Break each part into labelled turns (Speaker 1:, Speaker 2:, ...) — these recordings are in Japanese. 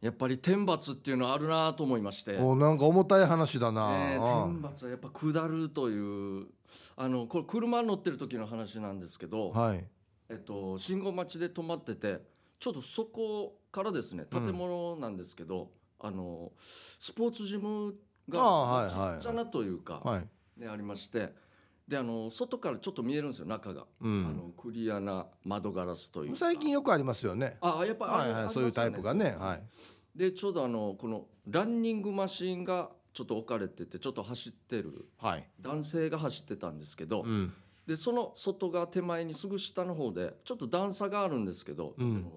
Speaker 1: やっぱり天罰っていうのはあるなと思いまして、
Speaker 2: おなんか重たい話だな、
Speaker 1: えー
Speaker 2: ああ
Speaker 1: 天罰はやっぱ下るというあのこれ車乗ってる時の話なんですけど、
Speaker 2: はい
Speaker 1: えっと、信号待ちで止まっててちょっとそこからですね建物なんですけど、あのスポーツジムが
Speaker 2: ああはいはい
Speaker 1: ちっちゃなというか、
Speaker 2: はい
Speaker 1: ね、ありましてであの外からちょっと見えるんですよ中が、
Speaker 2: う
Speaker 1: あ
Speaker 2: ん
Speaker 1: のクリアな窓ガラスというか
Speaker 2: 最近よくありますよね
Speaker 1: あやっぱあ
Speaker 2: は
Speaker 1: れ
Speaker 2: い
Speaker 1: あり
Speaker 2: は
Speaker 1: ま
Speaker 2: い
Speaker 1: す
Speaker 2: そう
Speaker 1: よ
Speaker 2: いうタイプがねはい
Speaker 1: でちょうどあのこのランニングマシンがちょっと置かれててちょっと走ってる
Speaker 2: はい
Speaker 1: 男性が走ってたんですけど、
Speaker 2: うん
Speaker 1: でその外側手前にすぐ下の方でちょっと段差があるんですけど、
Speaker 2: う
Speaker 1: 建物
Speaker 2: ん
Speaker 1: の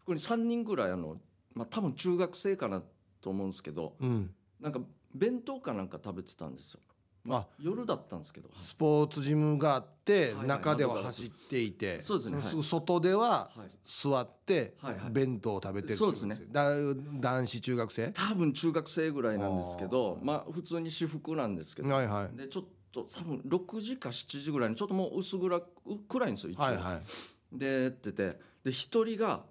Speaker 1: そこに3人ぐらいあの、まあ、多分中学生かなと思うんですけど
Speaker 2: うん
Speaker 1: なんか弁当かなんか食べてたんですよ、まあ
Speaker 2: あ、
Speaker 1: 夜だったんですけど、
Speaker 2: スポーツジムがあって、
Speaker 1: いはい
Speaker 2: 中では走っていて
Speaker 1: そうですねはい
Speaker 2: ぐ外では
Speaker 1: はい、
Speaker 2: 座って、
Speaker 1: はいはい
Speaker 2: 弁当を食べてる
Speaker 1: そうですね
Speaker 2: だ男子中学生
Speaker 1: 多分中学生ぐらいなんですけど
Speaker 2: あー
Speaker 1: まあ普通に私服なんですけど、
Speaker 2: はいはい
Speaker 1: でちょっと多分6時か7時ぐらいにちょっともう薄暗く暗いんですよ一応、
Speaker 2: はいはい
Speaker 1: でっててで一人が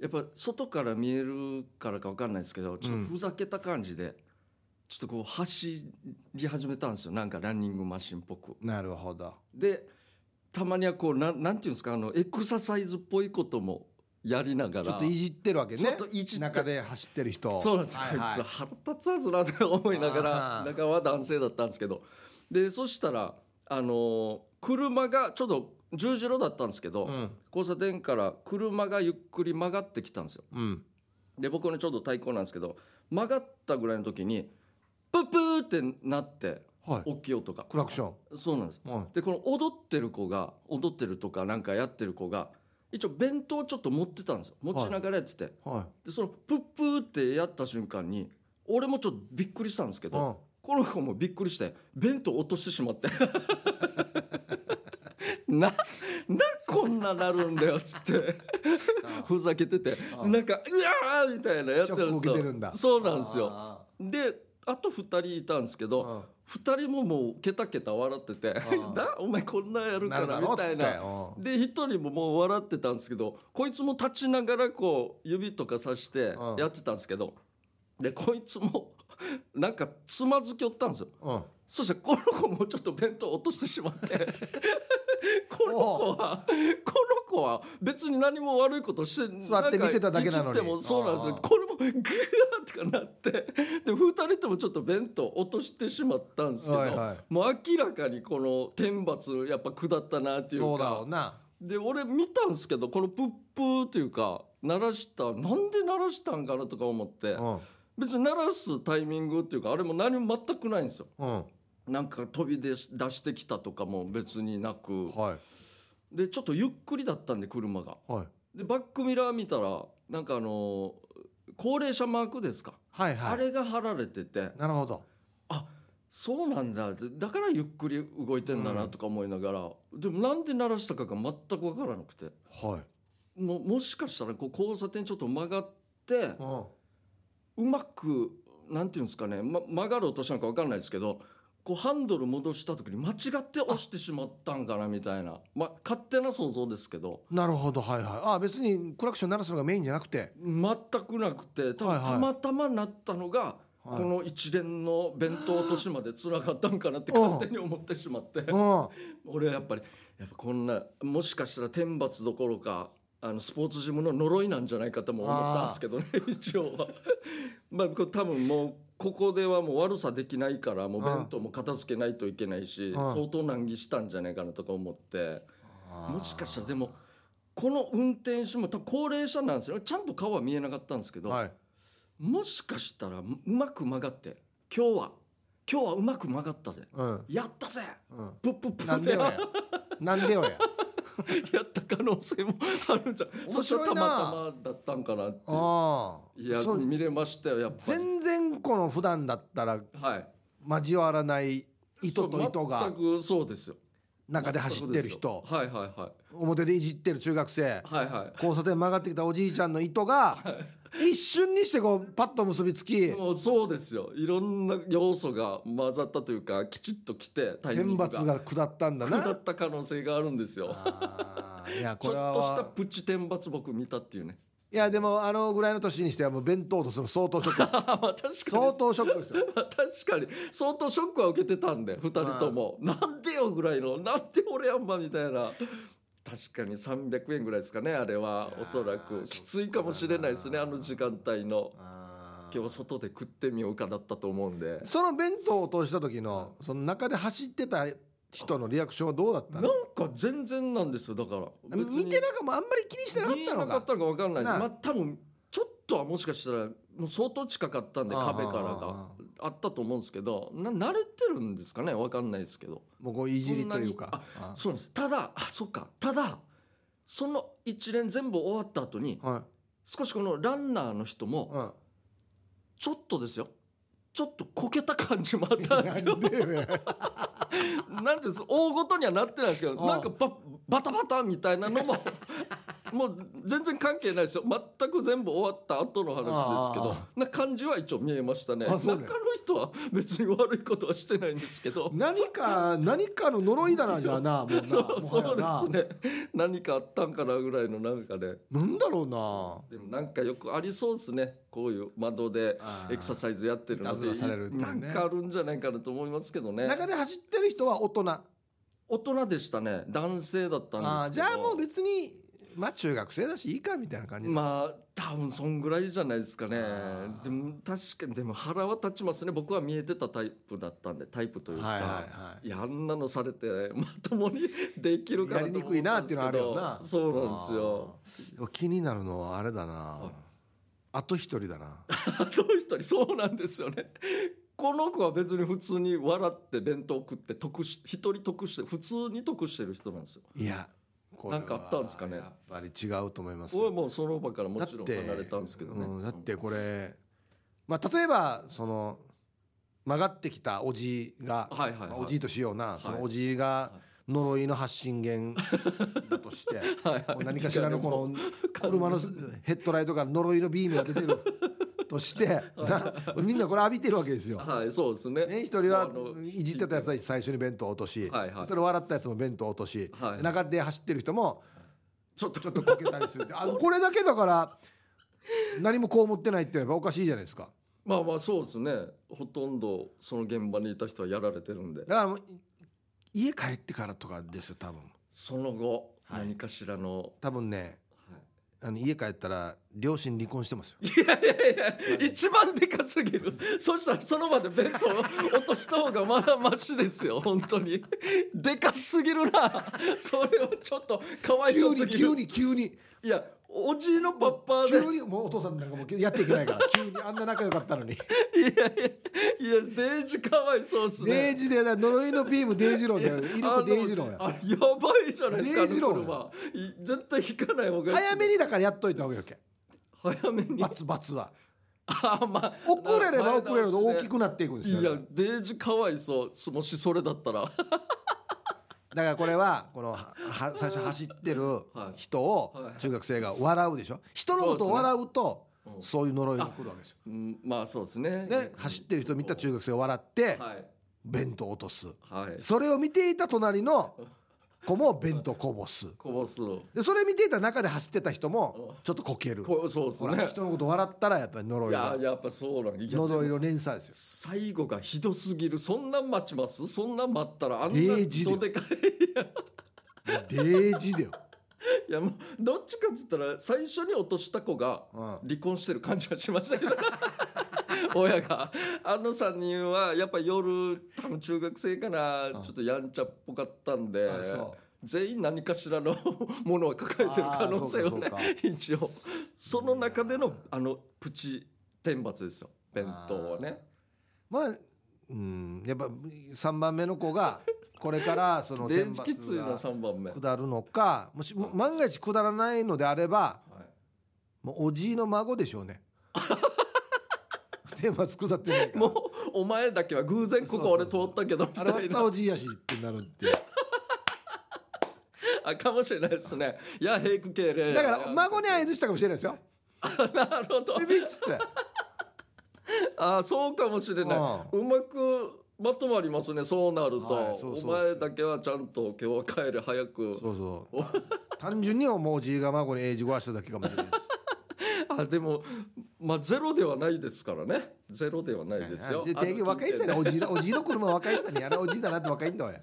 Speaker 1: やっぱ外から見えるからか分かんないですけどちょっとふざけた感じで、ちょっとこう走り始めたんですよなんかランニングマシンっぽく。
Speaker 2: なるほど
Speaker 1: でたまにはこうなんなんていうんですかあのエクササイズっぽいこともやりながら
Speaker 2: ちょっといじってるわけね
Speaker 1: ちょっといじって
Speaker 2: 中で走ってる人
Speaker 1: そうなんですよ、
Speaker 2: はいはい
Speaker 1: こいつ腹立つはずなって思いなが
Speaker 2: あ
Speaker 1: ら
Speaker 2: ー
Speaker 1: 中は男性だったんですけどでそしたらあのー車がちょっと十字路だったんですけど、
Speaker 2: うん
Speaker 1: 交差点から車がゆっくり曲がってきたんですよ
Speaker 2: うん
Speaker 1: で僕のちょうど対向なんですけど曲がったぐらいの時にプープーってなって
Speaker 2: はい
Speaker 1: 大きい音が
Speaker 2: クラクショ
Speaker 1: そうなんです
Speaker 2: ンはい
Speaker 1: でこの踊ってる子が踊ってるとかなんかやってる子が一応弁当ちょっと持ってたんですよ持ちながらやってて、
Speaker 2: は
Speaker 1: でそのプップーってやった瞬間に俺もちょっとびっくりしたんですけ
Speaker 2: い
Speaker 1: ど、この子もびっくりして弁当落としてしまって ななこんななるんだよっつってふざけてて
Speaker 2: あ
Speaker 1: なんか「うわ!」みたいなやってるんです
Speaker 2: ショック受
Speaker 1: よ
Speaker 2: けてるんだ
Speaker 1: そうなんですよ
Speaker 2: よ
Speaker 1: であと2人いたんですけど2人ももうケタケタ笑ってて「
Speaker 2: あ
Speaker 1: なお前こんなんやるから」みたいなで一人ももう笑ってたんですけどこいつも立ちながらこう指とかさして
Speaker 2: うん
Speaker 1: やってたんですけど、でこいつもなんかつまずきよったんですよ
Speaker 2: うん
Speaker 1: そしてこの子もちょっと弁当落としてしまって この子はこの子は別に何も悪いことして
Speaker 2: 座って見てただけなのに
Speaker 1: んかいじってもそうなんです
Speaker 2: あ
Speaker 1: よ
Speaker 2: あ
Speaker 1: これもグワーとかなってで2人ともちょっと弁当落としてしまったんですけど、
Speaker 2: はいはい
Speaker 1: もう明らかにこの天罰やっぱ下ったなっていうか
Speaker 2: そうだろうな
Speaker 1: で俺見たんですけどこのプップーというか鳴らしたなんで鳴らしたんかなとか思って
Speaker 2: うん
Speaker 1: 別に鳴らすタイミングっていうかあれも何も全くないんですよ
Speaker 2: うん
Speaker 1: なんか飛び出し出してきたとかも別になく
Speaker 2: はい
Speaker 1: でちょっとゆっくりだったんで車が
Speaker 2: はい
Speaker 1: でバックミラー見たらなんかあのー高齢者マークですか、
Speaker 2: はいはい
Speaker 1: あれが貼られてて
Speaker 2: なるほど
Speaker 1: そうなんだってだからゆっくり動いてんだなとか思いながら、でもなんで鳴らしたかが全く分からなくて
Speaker 2: はい
Speaker 1: ももしかしたらこう交差点ちょっと曲がって
Speaker 2: うん
Speaker 1: うまくなんていうんですかね、ま、曲がろうとしたのか分かんないですけどこうハンドル戻した時に間違って押してしまったんかなみたいな、ま、勝手な想像ですけど
Speaker 2: なるほどはいはいあ別にクラクション鳴らすのがメインじゃなくて
Speaker 1: 全くなくて多
Speaker 2: は
Speaker 1: 分
Speaker 2: いはい
Speaker 1: たまたまなったのが、
Speaker 2: はい
Speaker 1: この一連の弁当落としまでつらかったんかなって勝手に思ってしまって
Speaker 2: うんは
Speaker 1: 俺はやっぱりやっぱこんなもしかしたら天罰どころかあのスポーツジムの呪いなんじゃないかとも思ったんですけどね 一応は。まあこれ多分もうここではもう悪さできないからもう弁当も片付けないといけないし
Speaker 2: うん
Speaker 1: 相当難儀したんじゃないかなとか思ってもしかしたらで
Speaker 2: も
Speaker 1: もこの運転手も多分高齢者なんですよねちゃんと顔は見えなかったんですけど
Speaker 2: はい
Speaker 1: もしかしたらうまく曲がって今日は今日はうまく曲がったぜ
Speaker 2: うん
Speaker 1: やったぜ
Speaker 2: うん
Speaker 1: プップップ
Speaker 2: な
Speaker 1: ッ
Speaker 2: んでよやなんでよ や
Speaker 1: やった可能性もあるんじゃんそ
Speaker 2: 面
Speaker 1: した
Speaker 2: 白い
Speaker 1: ら
Speaker 2: な
Speaker 1: たまたまだったんかなっていう
Speaker 2: ああ
Speaker 1: いや
Speaker 2: そう
Speaker 1: 見れましたよやっぱり
Speaker 2: 全然この普段だったら
Speaker 1: はい
Speaker 2: 交わらない糸と糸
Speaker 1: そ
Speaker 2: が
Speaker 1: う全くそうですよ
Speaker 2: 中で走ってる人
Speaker 1: 全くですよはいはいは
Speaker 2: 表でいじってる中学生
Speaker 1: いはいは
Speaker 2: 交差点曲がってきたおじいちゃんの糸が一瞬にしてこうパッと結びつき
Speaker 1: いもうそうですよいろんな要素が混ざったというかきちっときてタイミン
Speaker 2: 天
Speaker 1: グが
Speaker 2: 罰が下ったんだ
Speaker 1: だ
Speaker 2: な
Speaker 1: った可能性があるんですよ
Speaker 2: あーいや
Speaker 1: ち
Speaker 2: これ
Speaker 1: ょっとした
Speaker 2: は
Speaker 1: プチ天罰僕見たっていうね
Speaker 2: いいやでもあのぐらいの年にしてはもう弁当とするの相当ショック
Speaker 1: まあ確かに
Speaker 2: 相当ショックです よ
Speaker 1: まあ確かに相当ショックは受けてたんで2人とも、なんでよぐらいのなんで俺やんまみたいな確かに300円ぐらいですかねあれはい
Speaker 2: やー
Speaker 1: おそらくきついかもしれないですね
Speaker 2: ショ
Speaker 1: あ
Speaker 2: ックだな
Speaker 1: の時間帯の
Speaker 2: あー
Speaker 1: 今日外で食ってみようかだったと思うんで
Speaker 2: その弁当を通した時のその中で走ってた人のリアクションはどうだった
Speaker 1: なん
Speaker 2: の
Speaker 1: か全然なんですよだから別に
Speaker 2: 見てなんかもうあんまり気にしてなかっ
Speaker 1: 見え
Speaker 2: た
Speaker 1: な
Speaker 2: の
Speaker 1: か
Speaker 2: か
Speaker 1: ったのか分かんないです
Speaker 2: なあ
Speaker 1: まあ多分ちょっとはもしかしたらもう相当近かったんで
Speaker 2: ああ
Speaker 1: 壁から
Speaker 2: あああ
Speaker 1: があったと思うんですけどな慣れてるんですかね分かんないですけど
Speaker 2: もうこういじりというかあ
Speaker 1: そうなんですただあそっかただその一連全部終わった後に
Speaker 2: はい
Speaker 1: 少しこのランナーの人も
Speaker 2: うん
Speaker 1: ちょっとですよちょっとこけた感じもあったん ですよ。
Speaker 2: なんでよ
Speaker 1: なんていうんです大ごとにはなってないですけど
Speaker 2: ああ
Speaker 1: なんかババタバタみたいなの ももう全然関係ないですよ全く全部終わった後の話ですけど
Speaker 2: ああ
Speaker 1: な感じは一応見えましたね
Speaker 2: あ
Speaker 1: 中
Speaker 2: そう
Speaker 1: の
Speaker 2: ね
Speaker 1: 人は別に悪いことはしてないんですけど
Speaker 2: 何か何かの呪いだなじゃあなもう な
Speaker 1: そう
Speaker 2: もはやな
Speaker 1: そうですね何かあったんかなぐらいのなんかね
Speaker 2: なんだろうな
Speaker 1: でもなんかよくありそうですねこういう窓で
Speaker 2: あー
Speaker 1: エクササイズやってるの
Speaker 2: いたず
Speaker 1: で
Speaker 2: らされるっていう
Speaker 1: な
Speaker 2: ね
Speaker 1: んかあるんじゃないかなと思いますけどね
Speaker 2: 中で走ってる人は大人
Speaker 1: 大人でしたね男性だった
Speaker 2: あ
Speaker 1: ん
Speaker 2: ー
Speaker 1: ですけど
Speaker 2: じゃあもう別にまあ中学生だしいいかみたいな感じ
Speaker 1: まあ多分そんぐらいじゃないですかね
Speaker 2: あー
Speaker 1: でも確かにでも腹は立ちますね僕は見えてたタイプだったんでタイプというか、
Speaker 2: はい
Speaker 1: い
Speaker 2: はいはい
Speaker 1: やあんなのされてまともにできるかな
Speaker 2: や
Speaker 1: と
Speaker 2: り
Speaker 1: 思
Speaker 2: に
Speaker 1: ったんですけど
Speaker 2: くいなっていうのはあるよな
Speaker 1: そうなんですよ
Speaker 2: あーでも気になるのはあれだな
Speaker 1: はい
Speaker 2: あと一人だな
Speaker 1: あの人にそうなんですよねこの子は別に普通に笑って弁当食って得し一人得して普通に得してる人なんですよ
Speaker 2: いやこれは
Speaker 1: なんかあったんですかね
Speaker 2: やっぱり違うと思います
Speaker 1: 俺はもうその場からもちろん
Speaker 2: だって
Speaker 1: 離れたんですけどね、
Speaker 2: うんだってこれまあ例えばその曲がってきたおじいが
Speaker 1: はいはいはい
Speaker 2: まあおじいとしような
Speaker 1: はい
Speaker 2: そのおじいが呪いの発信源だ として
Speaker 1: はいはい
Speaker 2: もう何かしらのこの車のヘッドライトから呪いのビームが出てるとしてなみんなこれ浴びてるわけですよ。
Speaker 1: はいそうですね
Speaker 2: ね、一人は
Speaker 1: あの
Speaker 2: いじってたやつは最初に弁当を落とし、
Speaker 1: はいはい
Speaker 2: それ笑ったやつも弁当を落とし、
Speaker 1: はい
Speaker 2: 中で走ってる人も
Speaker 1: ちょっと
Speaker 2: ちょっとこけたりするってあこれだけだから何もこう思ってないってやっぱおかしいじゃないですか
Speaker 1: まあまあそうですねほとんどその現場にいた人はやられてるんで
Speaker 2: だからもうい家帰ってからとかですよ多分
Speaker 1: その後、
Speaker 2: はい
Speaker 1: 何かしらの、
Speaker 2: 多分ねあの家帰ったら両親離婚してますよ
Speaker 1: い、やいやいや 一番でかすぎるそしたらその場で弁当を落とした方がまだマシですよ本当にでかすぎるなそれはちょっとかわい
Speaker 2: 急
Speaker 1: そうす
Speaker 2: に
Speaker 1: ぎ
Speaker 2: 急
Speaker 1: る
Speaker 2: に急に
Speaker 1: いやおじいのパッパーで
Speaker 2: 急にもうお父さんなんかもうやっていけ ないから急にあんな仲良かったのに
Speaker 1: いやいやいやデージかわいそうですね
Speaker 2: デイジで呪いのビームデイジローだよいる子デイジロー
Speaker 1: あ
Speaker 2: や
Speaker 1: のあやばいじゃないですか
Speaker 2: デイジロー
Speaker 1: あの車い絶対引かない方がいい
Speaker 2: 早めにだからやっといた方がいいわけ
Speaker 1: 早めに
Speaker 2: 罰 罰は
Speaker 1: あーまあ
Speaker 2: 遅れれば遅れるほど大き
Speaker 1: な
Speaker 2: くなっていくん
Speaker 1: る
Speaker 2: ですよ
Speaker 1: いやデージかわいそうそもしそれだったら
Speaker 2: だからこれはこのはは最初走ってる
Speaker 1: はい
Speaker 2: 人を
Speaker 1: はい
Speaker 2: 中学生が笑うでしょ人のことを笑うと
Speaker 1: うん
Speaker 2: そういう呪いが来るわけですよ。
Speaker 1: うんまあそうですね
Speaker 2: ね、走ってる人見た中学生が笑って
Speaker 1: はい
Speaker 2: 弁当落とす
Speaker 1: はい
Speaker 2: それを見ていた隣の子も弁当こぼす
Speaker 1: こぼすこ
Speaker 2: でそれ見ていた中で走ってた人もちょっとこける
Speaker 1: そうです
Speaker 2: ほら
Speaker 1: ね
Speaker 2: 人のこと笑ったらやっぱり呪
Speaker 1: い
Speaker 2: い
Speaker 1: や
Speaker 2: が
Speaker 1: やっぱそうなんいや
Speaker 2: 呪い
Speaker 1: でも
Speaker 2: の連鎖ですよ。
Speaker 1: 最後がひどすぎるそんなん待ちますそんなん待ったらあん
Speaker 2: デ
Speaker 1: な
Speaker 2: ージだよ
Speaker 1: どでかい
Speaker 2: デイジだよ、
Speaker 1: いやもうどっちかっつったら最初に落とした子が
Speaker 2: うん
Speaker 1: 離婚してる感じはしましたけど 親があの3人はやっぱ夜多分中学生かな
Speaker 2: うん
Speaker 1: ちょっとやんちゃっぽかったんで
Speaker 2: あそう
Speaker 1: 全員何かしらの ものは抱えてる可能性をね
Speaker 2: あーそうか
Speaker 1: 一応その中でのあのプチ天罰ですよ弁当はね
Speaker 2: まあ、うん、やっぱ3番目の子がこれからそ の
Speaker 1: 電
Speaker 2: 天
Speaker 1: 池きつ
Speaker 2: 罰
Speaker 1: いな
Speaker 2: が
Speaker 1: 3番目、はい、
Speaker 2: 下るのかもしも万が一下らないのであればもうおじいの孫でしょうね 天罰下ってないから
Speaker 1: もうお前だけは偶然ここ俺通ったけどみ
Speaker 2: あれ
Speaker 1: た
Speaker 2: 割
Speaker 1: い
Speaker 2: っ
Speaker 1: な
Speaker 2: たおじいやしってなるっていう
Speaker 1: あかもしれないですねいや平気系れ
Speaker 2: だから孫に合図したかもしれないですよ
Speaker 1: なるほど
Speaker 2: ビビッつって
Speaker 1: あーそうかもしれない、うまくまとまりますねそうなると、
Speaker 2: はいそうそうそう
Speaker 1: お前だけはちゃんと今日は帰れ早く
Speaker 2: そうそう単純にはもうおじいが孫に英字語わしただけかもしれないし
Speaker 1: あでもまあゼロではないですからねゼロではないですよ。
Speaker 2: で定義若いさねおじいのおじいの車若いさにやなおじいだなって若いんだわや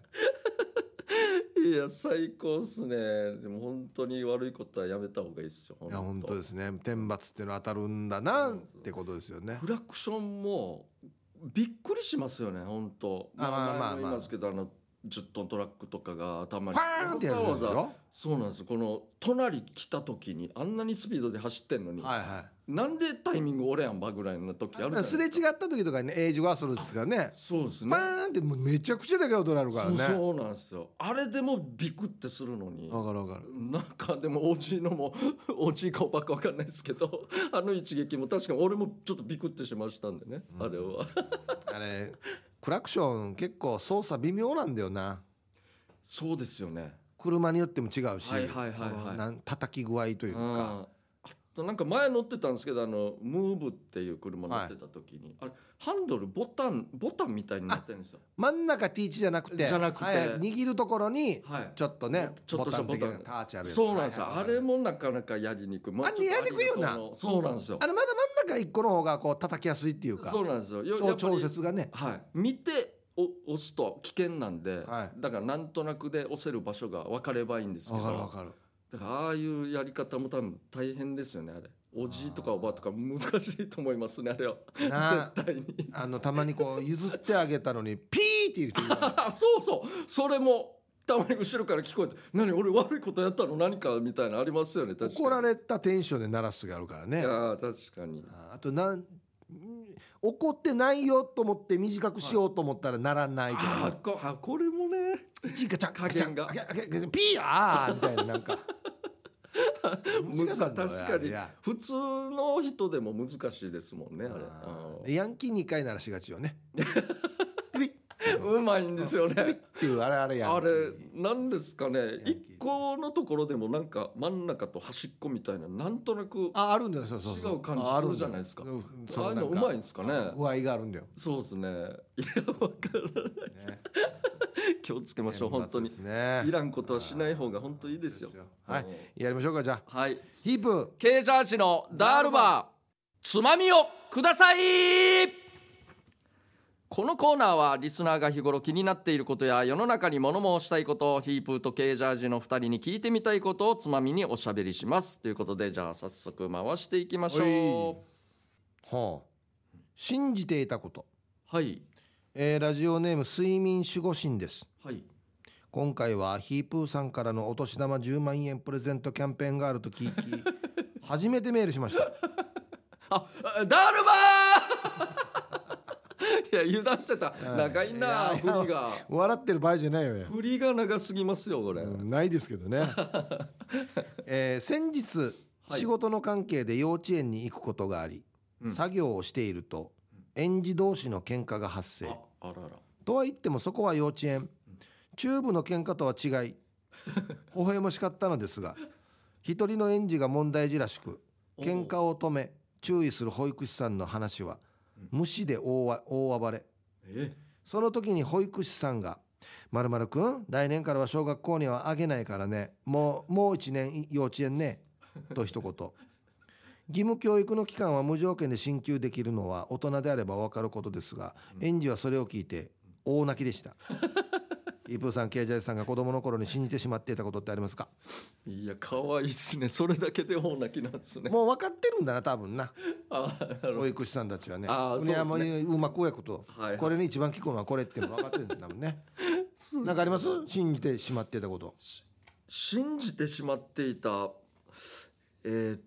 Speaker 1: いや最高っすねでも本当に悪いことはやめた方がいいですよ
Speaker 2: いや本当ですね天罰っていうのは当たるんだなってことですよね
Speaker 1: クラクションもびっくりしますよね本当
Speaker 2: あまあまあまあ
Speaker 1: 前も言いますけどあの10トントラックとかが頭に
Speaker 2: パーンってやる
Speaker 1: わ
Speaker 2: やつ
Speaker 1: ざ
Speaker 2: で
Speaker 1: わ
Speaker 2: し
Speaker 1: ざ
Speaker 2: ょ
Speaker 1: そうなんですこの隣来た時にあんなにスピードで走ってんのに、
Speaker 2: はいはい
Speaker 1: なんでタイミング俺やんばぐらいの時あるじゃないです
Speaker 2: す
Speaker 1: か
Speaker 2: れ違った時とかにね、エイジはするんですからね。
Speaker 1: そうですね
Speaker 2: パーンってもうめちゃくちゃだけ音なるから
Speaker 1: そう
Speaker 2: ね。
Speaker 1: そうなんですよあれでもビクってするのに
Speaker 2: わかるわかる。
Speaker 1: なんかでもおじいのも おじいかおばかわかんないですけど あの一撃も確かに俺もちょっとビクってしましたんでね、
Speaker 2: うん
Speaker 1: あれは
Speaker 2: あれ、クラクション結構操作微妙なんだよな。
Speaker 1: そうですよね
Speaker 2: 車によっても違うし、
Speaker 1: はいはいはいはい
Speaker 2: このなん叩き具合という
Speaker 1: うん
Speaker 2: か。
Speaker 1: あとなんか前乗ってたんですけどあのムーブっていう車乗ってた時に、あれハンドルボタンボタンみたいになってるんですよ
Speaker 2: 真ん中 T 字じゃなくて、
Speaker 1: じゃなくて
Speaker 2: はいはい握るところに、
Speaker 1: はい
Speaker 2: ちょっとね、
Speaker 1: ちょっとしたボタン
Speaker 2: 的なタッチあるやつ
Speaker 1: そうなんですよ、
Speaker 2: はいはい
Speaker 1: あれもなかなかやりにくい、ま
Speaker 2: あれやりにくいよな
Speaker 1: ちょっとありがとうのそうなんですよ
Speaker 2: あれまだ真ん中一個の方がこう叩きやすいっていうか、
Speaker 1: そうなんですよよやっぱり
Speaker 2: 調節がね。
Speaker 1: はい、見てお押すと危険なんで、
Speaker 2: は
Speaker 1: だからなんとなくで押せる場所が分かればいいんですけ
Speaker 2: わかるわ
Speaker 1: ど
Speaker 2: かる。
Speaker 1: だからああいうやり方も多分大変ですよねあれおじいとかおばあとか難しいと思いますねあれは
Speaker 2: な
Speaker 1: 絶対に
Speaker 2: あのたまにこう譲ってあげたのに ピーっていう人いるから
Speaker 1: あそうそうそれもたまに後ろから聞こえて「何俺悪いことやったの何か」みたいなのありますよね確かに
Speaker 2: 怒られたテンションで鳴らす時あるから
Speaker 1: い
Speaker 2: ね
Speaker 1: やー確かに
Speaker 2: ああとなんん怒ってないよと思って短くしようと思ったら鳴らないと
Speaker 1: あ
Speaker 2: か
Speaker 1: ーこあこれもね
Speaker 2: 一ガチャン
Speaker 1: 加
Speaker 2: ガチャ
Speaker 1: 減
Speaker 2: ン
Speaker 1: が
Speaker 2: ガチャンガチャンガチャンピーあーみたいなな んか
Speaker 1: 難しい確かに
Speaker 2: いや
Speaker 1: 普通の人でも難しいですもんねあれ
Speaker 2: あーヤンキー2回鳴らしがち よねピピッ
Speaker 1: うんうまいんですよね
Speaker 2: っていうあれあれや
Speaker 1: あれなんですかね
Speaker 2: キー
Speaker 1: 一個のところでもなんか真ん中と端っこみたいななんとなく
Speaker 2: ああるんだよそうそうそう
Speaker 1: 違う感じ
Speaker 2: あある
Speaker 1: す
Speaker 2: んだよ
Speaker 1: るじゃないですか
Speaker 2: うん
Speaker 1: ああいうのうまいんですかね
Speaker 2: 具合があるんだよ、
Speaker 1: そうですねいやわからない
Speaker 2: ね、
Speaker 1: 気をつけましょう本当に
Speaker 2: 天罰ですね
Speaker 1: いらんことはしない方が本当いいですよ
Speaker 2: はいやりましょうかじゃあ
Speaker 1: はい
Speaker 2: ヒープ
Speaker 1: ケージャージのダールバーつまみをくださいこのコーナーはリスナーが日頃気になっていることや世の中に物申したいことヒープーとケージャージの2人に聞いてみたいことをつまみにおしゃべりしますということでじゃあ早速回していきましょ
Speaker 2: はあ、信じていたこと、
Speaker 1: うはい
Speaker 2: えーラジオネーム睡眠守護神です
Speaker 1: はい
Speaker 2: 今回はヒープーさんからのお年玉10万円プレゼントキャンペーンがあると聞 き初めてメールしました
Speaker 1: ああダールバー いや油断してた長いな振りが
Speaker 2: 笑ってる場合じゃないよね
Speaker 1: 振りが長すぎますよこれ、
Speaker 2: うんないですけ どね、えー先日
Speaker 1: はい
Speaker 2: 仕事の関係で幼稚園に行くことがあり、
Speaker 1: うん
Speaker 2: 作業をしていると園児同士の喧嘩が発生
Speaker 1: ああらら
Speaker 2: とは言ってもそこは幼稚園中部の喧嘩とは 違い微笑ましかったのですが一人の園児が問題児らしく喧嘩を止め注意する保育士さんの話は無視で大わ大暴れ
Speaker 1: え
Speaker 2: その時に保育士さんが「まるまるくん来年からは小学校にはあげないからねもうもう1年幼稚 園ね」と一言義務教育の期間は無条件で進級できるのは大人であれば分かることですが、園児はそれを聞いて大泣きでした イプーさんケイジャイさんが子供の頃に信じてしまっていたことってありますか
Speaker 1: いや可愛いっすねそれだけで大泣きなんですね
Speaker 2: もう分かってるんだな多分な
Speaker 1: あなるほど
Speaker 2: 保育士さんたちはね
Speaker 1: あーそうですね
Speaker 2: いやもううまく親こと、
Speaker 1: はいはい
Speaker 2: これに一番聞くのはこれっていうの分かってるんだもん ねなんかあります信じてしまっていたこと
Speaker 1: 信じてしまっていたえーっ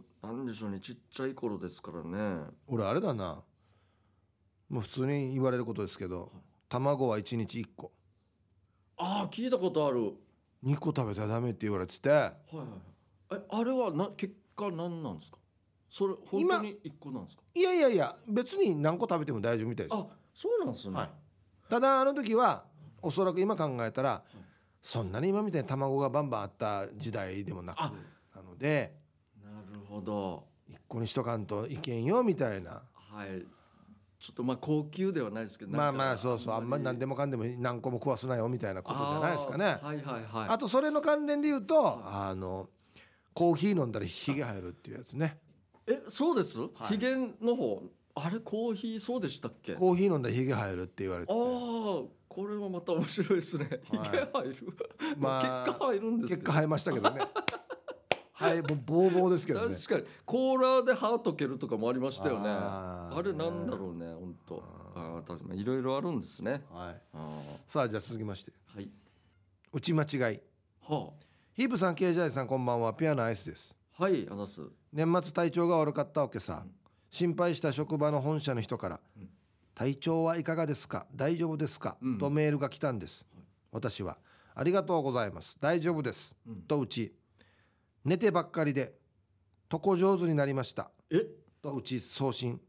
Speaker 1: となんでしょうねちっちゃい頃ですからね
Speaker 2: 俺あれだなもう普通に言われることですけど卵は1日1個
Speaker 1: ああ聞いたことある
Speaker 2: 2個食べたらダメって言われてて
Speaker 1: はいはいはいえあれはな結果何なんですかそれ本
Speaker 2: 今
Speaker 1: 当に一個なんですか
Speaker 2: いやいやいや別に何個食べても大丈夫みたいです
Speaker 1: あそうなんですね、
Speaker 2: はいただあの時はおそらく今考えたらそんなに今みたいに卵がバンバンあった時代でもなく
Speaker 1: あ
Speaker 2: なので
Speaker 1: なるほど
Speaker 2: 1個にしとかんといけんよみたいな
Speaker 1: はいちょっとまあ高級ではないですけど
Speaker 2: まあまあそうそうあんまり何で
Speaker 1: も
Speaker 2: もかんでも何個も食わすなよみたいなことじゃないですかね
Speaker 1: はいはいはい
Speaker 2: あとそれの関連で言うとあのコーヒー飲んだら火が入るっていうやつね
Speaker 1: えそうです、
Speaker 2: い
Speaker 1: ヒゲの方あれコーヒーそうでしたっけあ
Speaker 2: コーヒー飲んだらヒゲ生えるって言われ
Speaker 1: あ
Speaker 2: てて
Speaker 1: ーこれはまた面白いですね、
Speaker 2: はい
Speaker 1: ヒゲ入る、
Speaker 2: まあ
Speaker 1: 結果入るんです
Speaker 2: 結
Speaker 1: け
Speaker 2: 果
Speaker 1: ど
Speaker 2: 生えました けどねはいもうボーボーですけどね
Speaker 1: 確かにコーラーで歯溶けるとかもありましたよねあ
Speaker 2: あ
Speaker 1: れなんだろ
Speaker 2: う
Speaker 1: うね本当ああ確かにいろいろあるんですね
Speaker 2: はい
Speaker 1: あ
Speaker 2: さあじゃあ続きまして
Speaker 1: ーはい
Speaker 2: 打ち間違い
Speaker 1: は
Speaker 2: ヒープさんケイジャイさんこんばんはピアノアイスです
Speaker 1: あはいあざす
Speaker 2: 年末体調が悪かったわけさ心配した職場の本社の人から
Speaker 1: うん
Speaker 2: 「体調はいかがですか大丈夫ですか
Speaker 1: うん
Speaker 2: とメールが来たんです
Speaker 1: はい
Speaker 2: 私は「ありがとうございます大丈夫です
Speaker 1: うん」
Speaker 2: とうち「寝てばっかりで床上手になりました
Speaker 1: え」
Speaker 2: とうち送信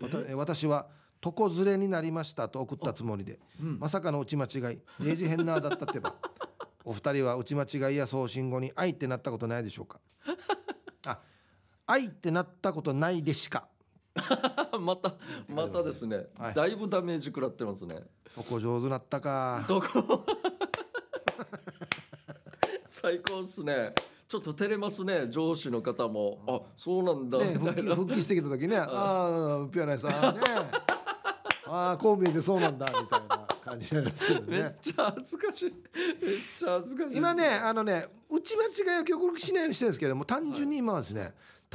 Speaker 2: わたえ私は「床ずれになりました」と送ったつもりで
Speaker 1: うん
Speaker 2: まさかの打ち間違い0時変なだった ってばお二人は打ち間違いや送信後に「愛」ってなったことないでしょうかあ愛ってなったことないでしか
Speaker 1: またまたですね、
Speaker 2: はい
Speaker 1: だいぶダメージ食らってますね
Speaker 2: お上手なったか
Speaker 1: どこ最高っすねちょっと照れますね上司の方もあそうなんだ
Speaker 2: ね
Speaker 1: みた
Speaker 2: 復
Speaker 1: い
Speaker 2: 帰
Speaker 1: な
Speaker 2: 復帰してきた時ね「ああピアノ屋さんあーねああコンビニでそうなんだ」みたいな感じなんですけど
Speaker 1: めっ
Speaker 2: ね
Speaker 1: ちゃ恥ずかしいめっちゃ恥ずかしい
Speaker 2: 今ねあのね打ち間違いを極力しないようにしてるんですけども単純に今はですね、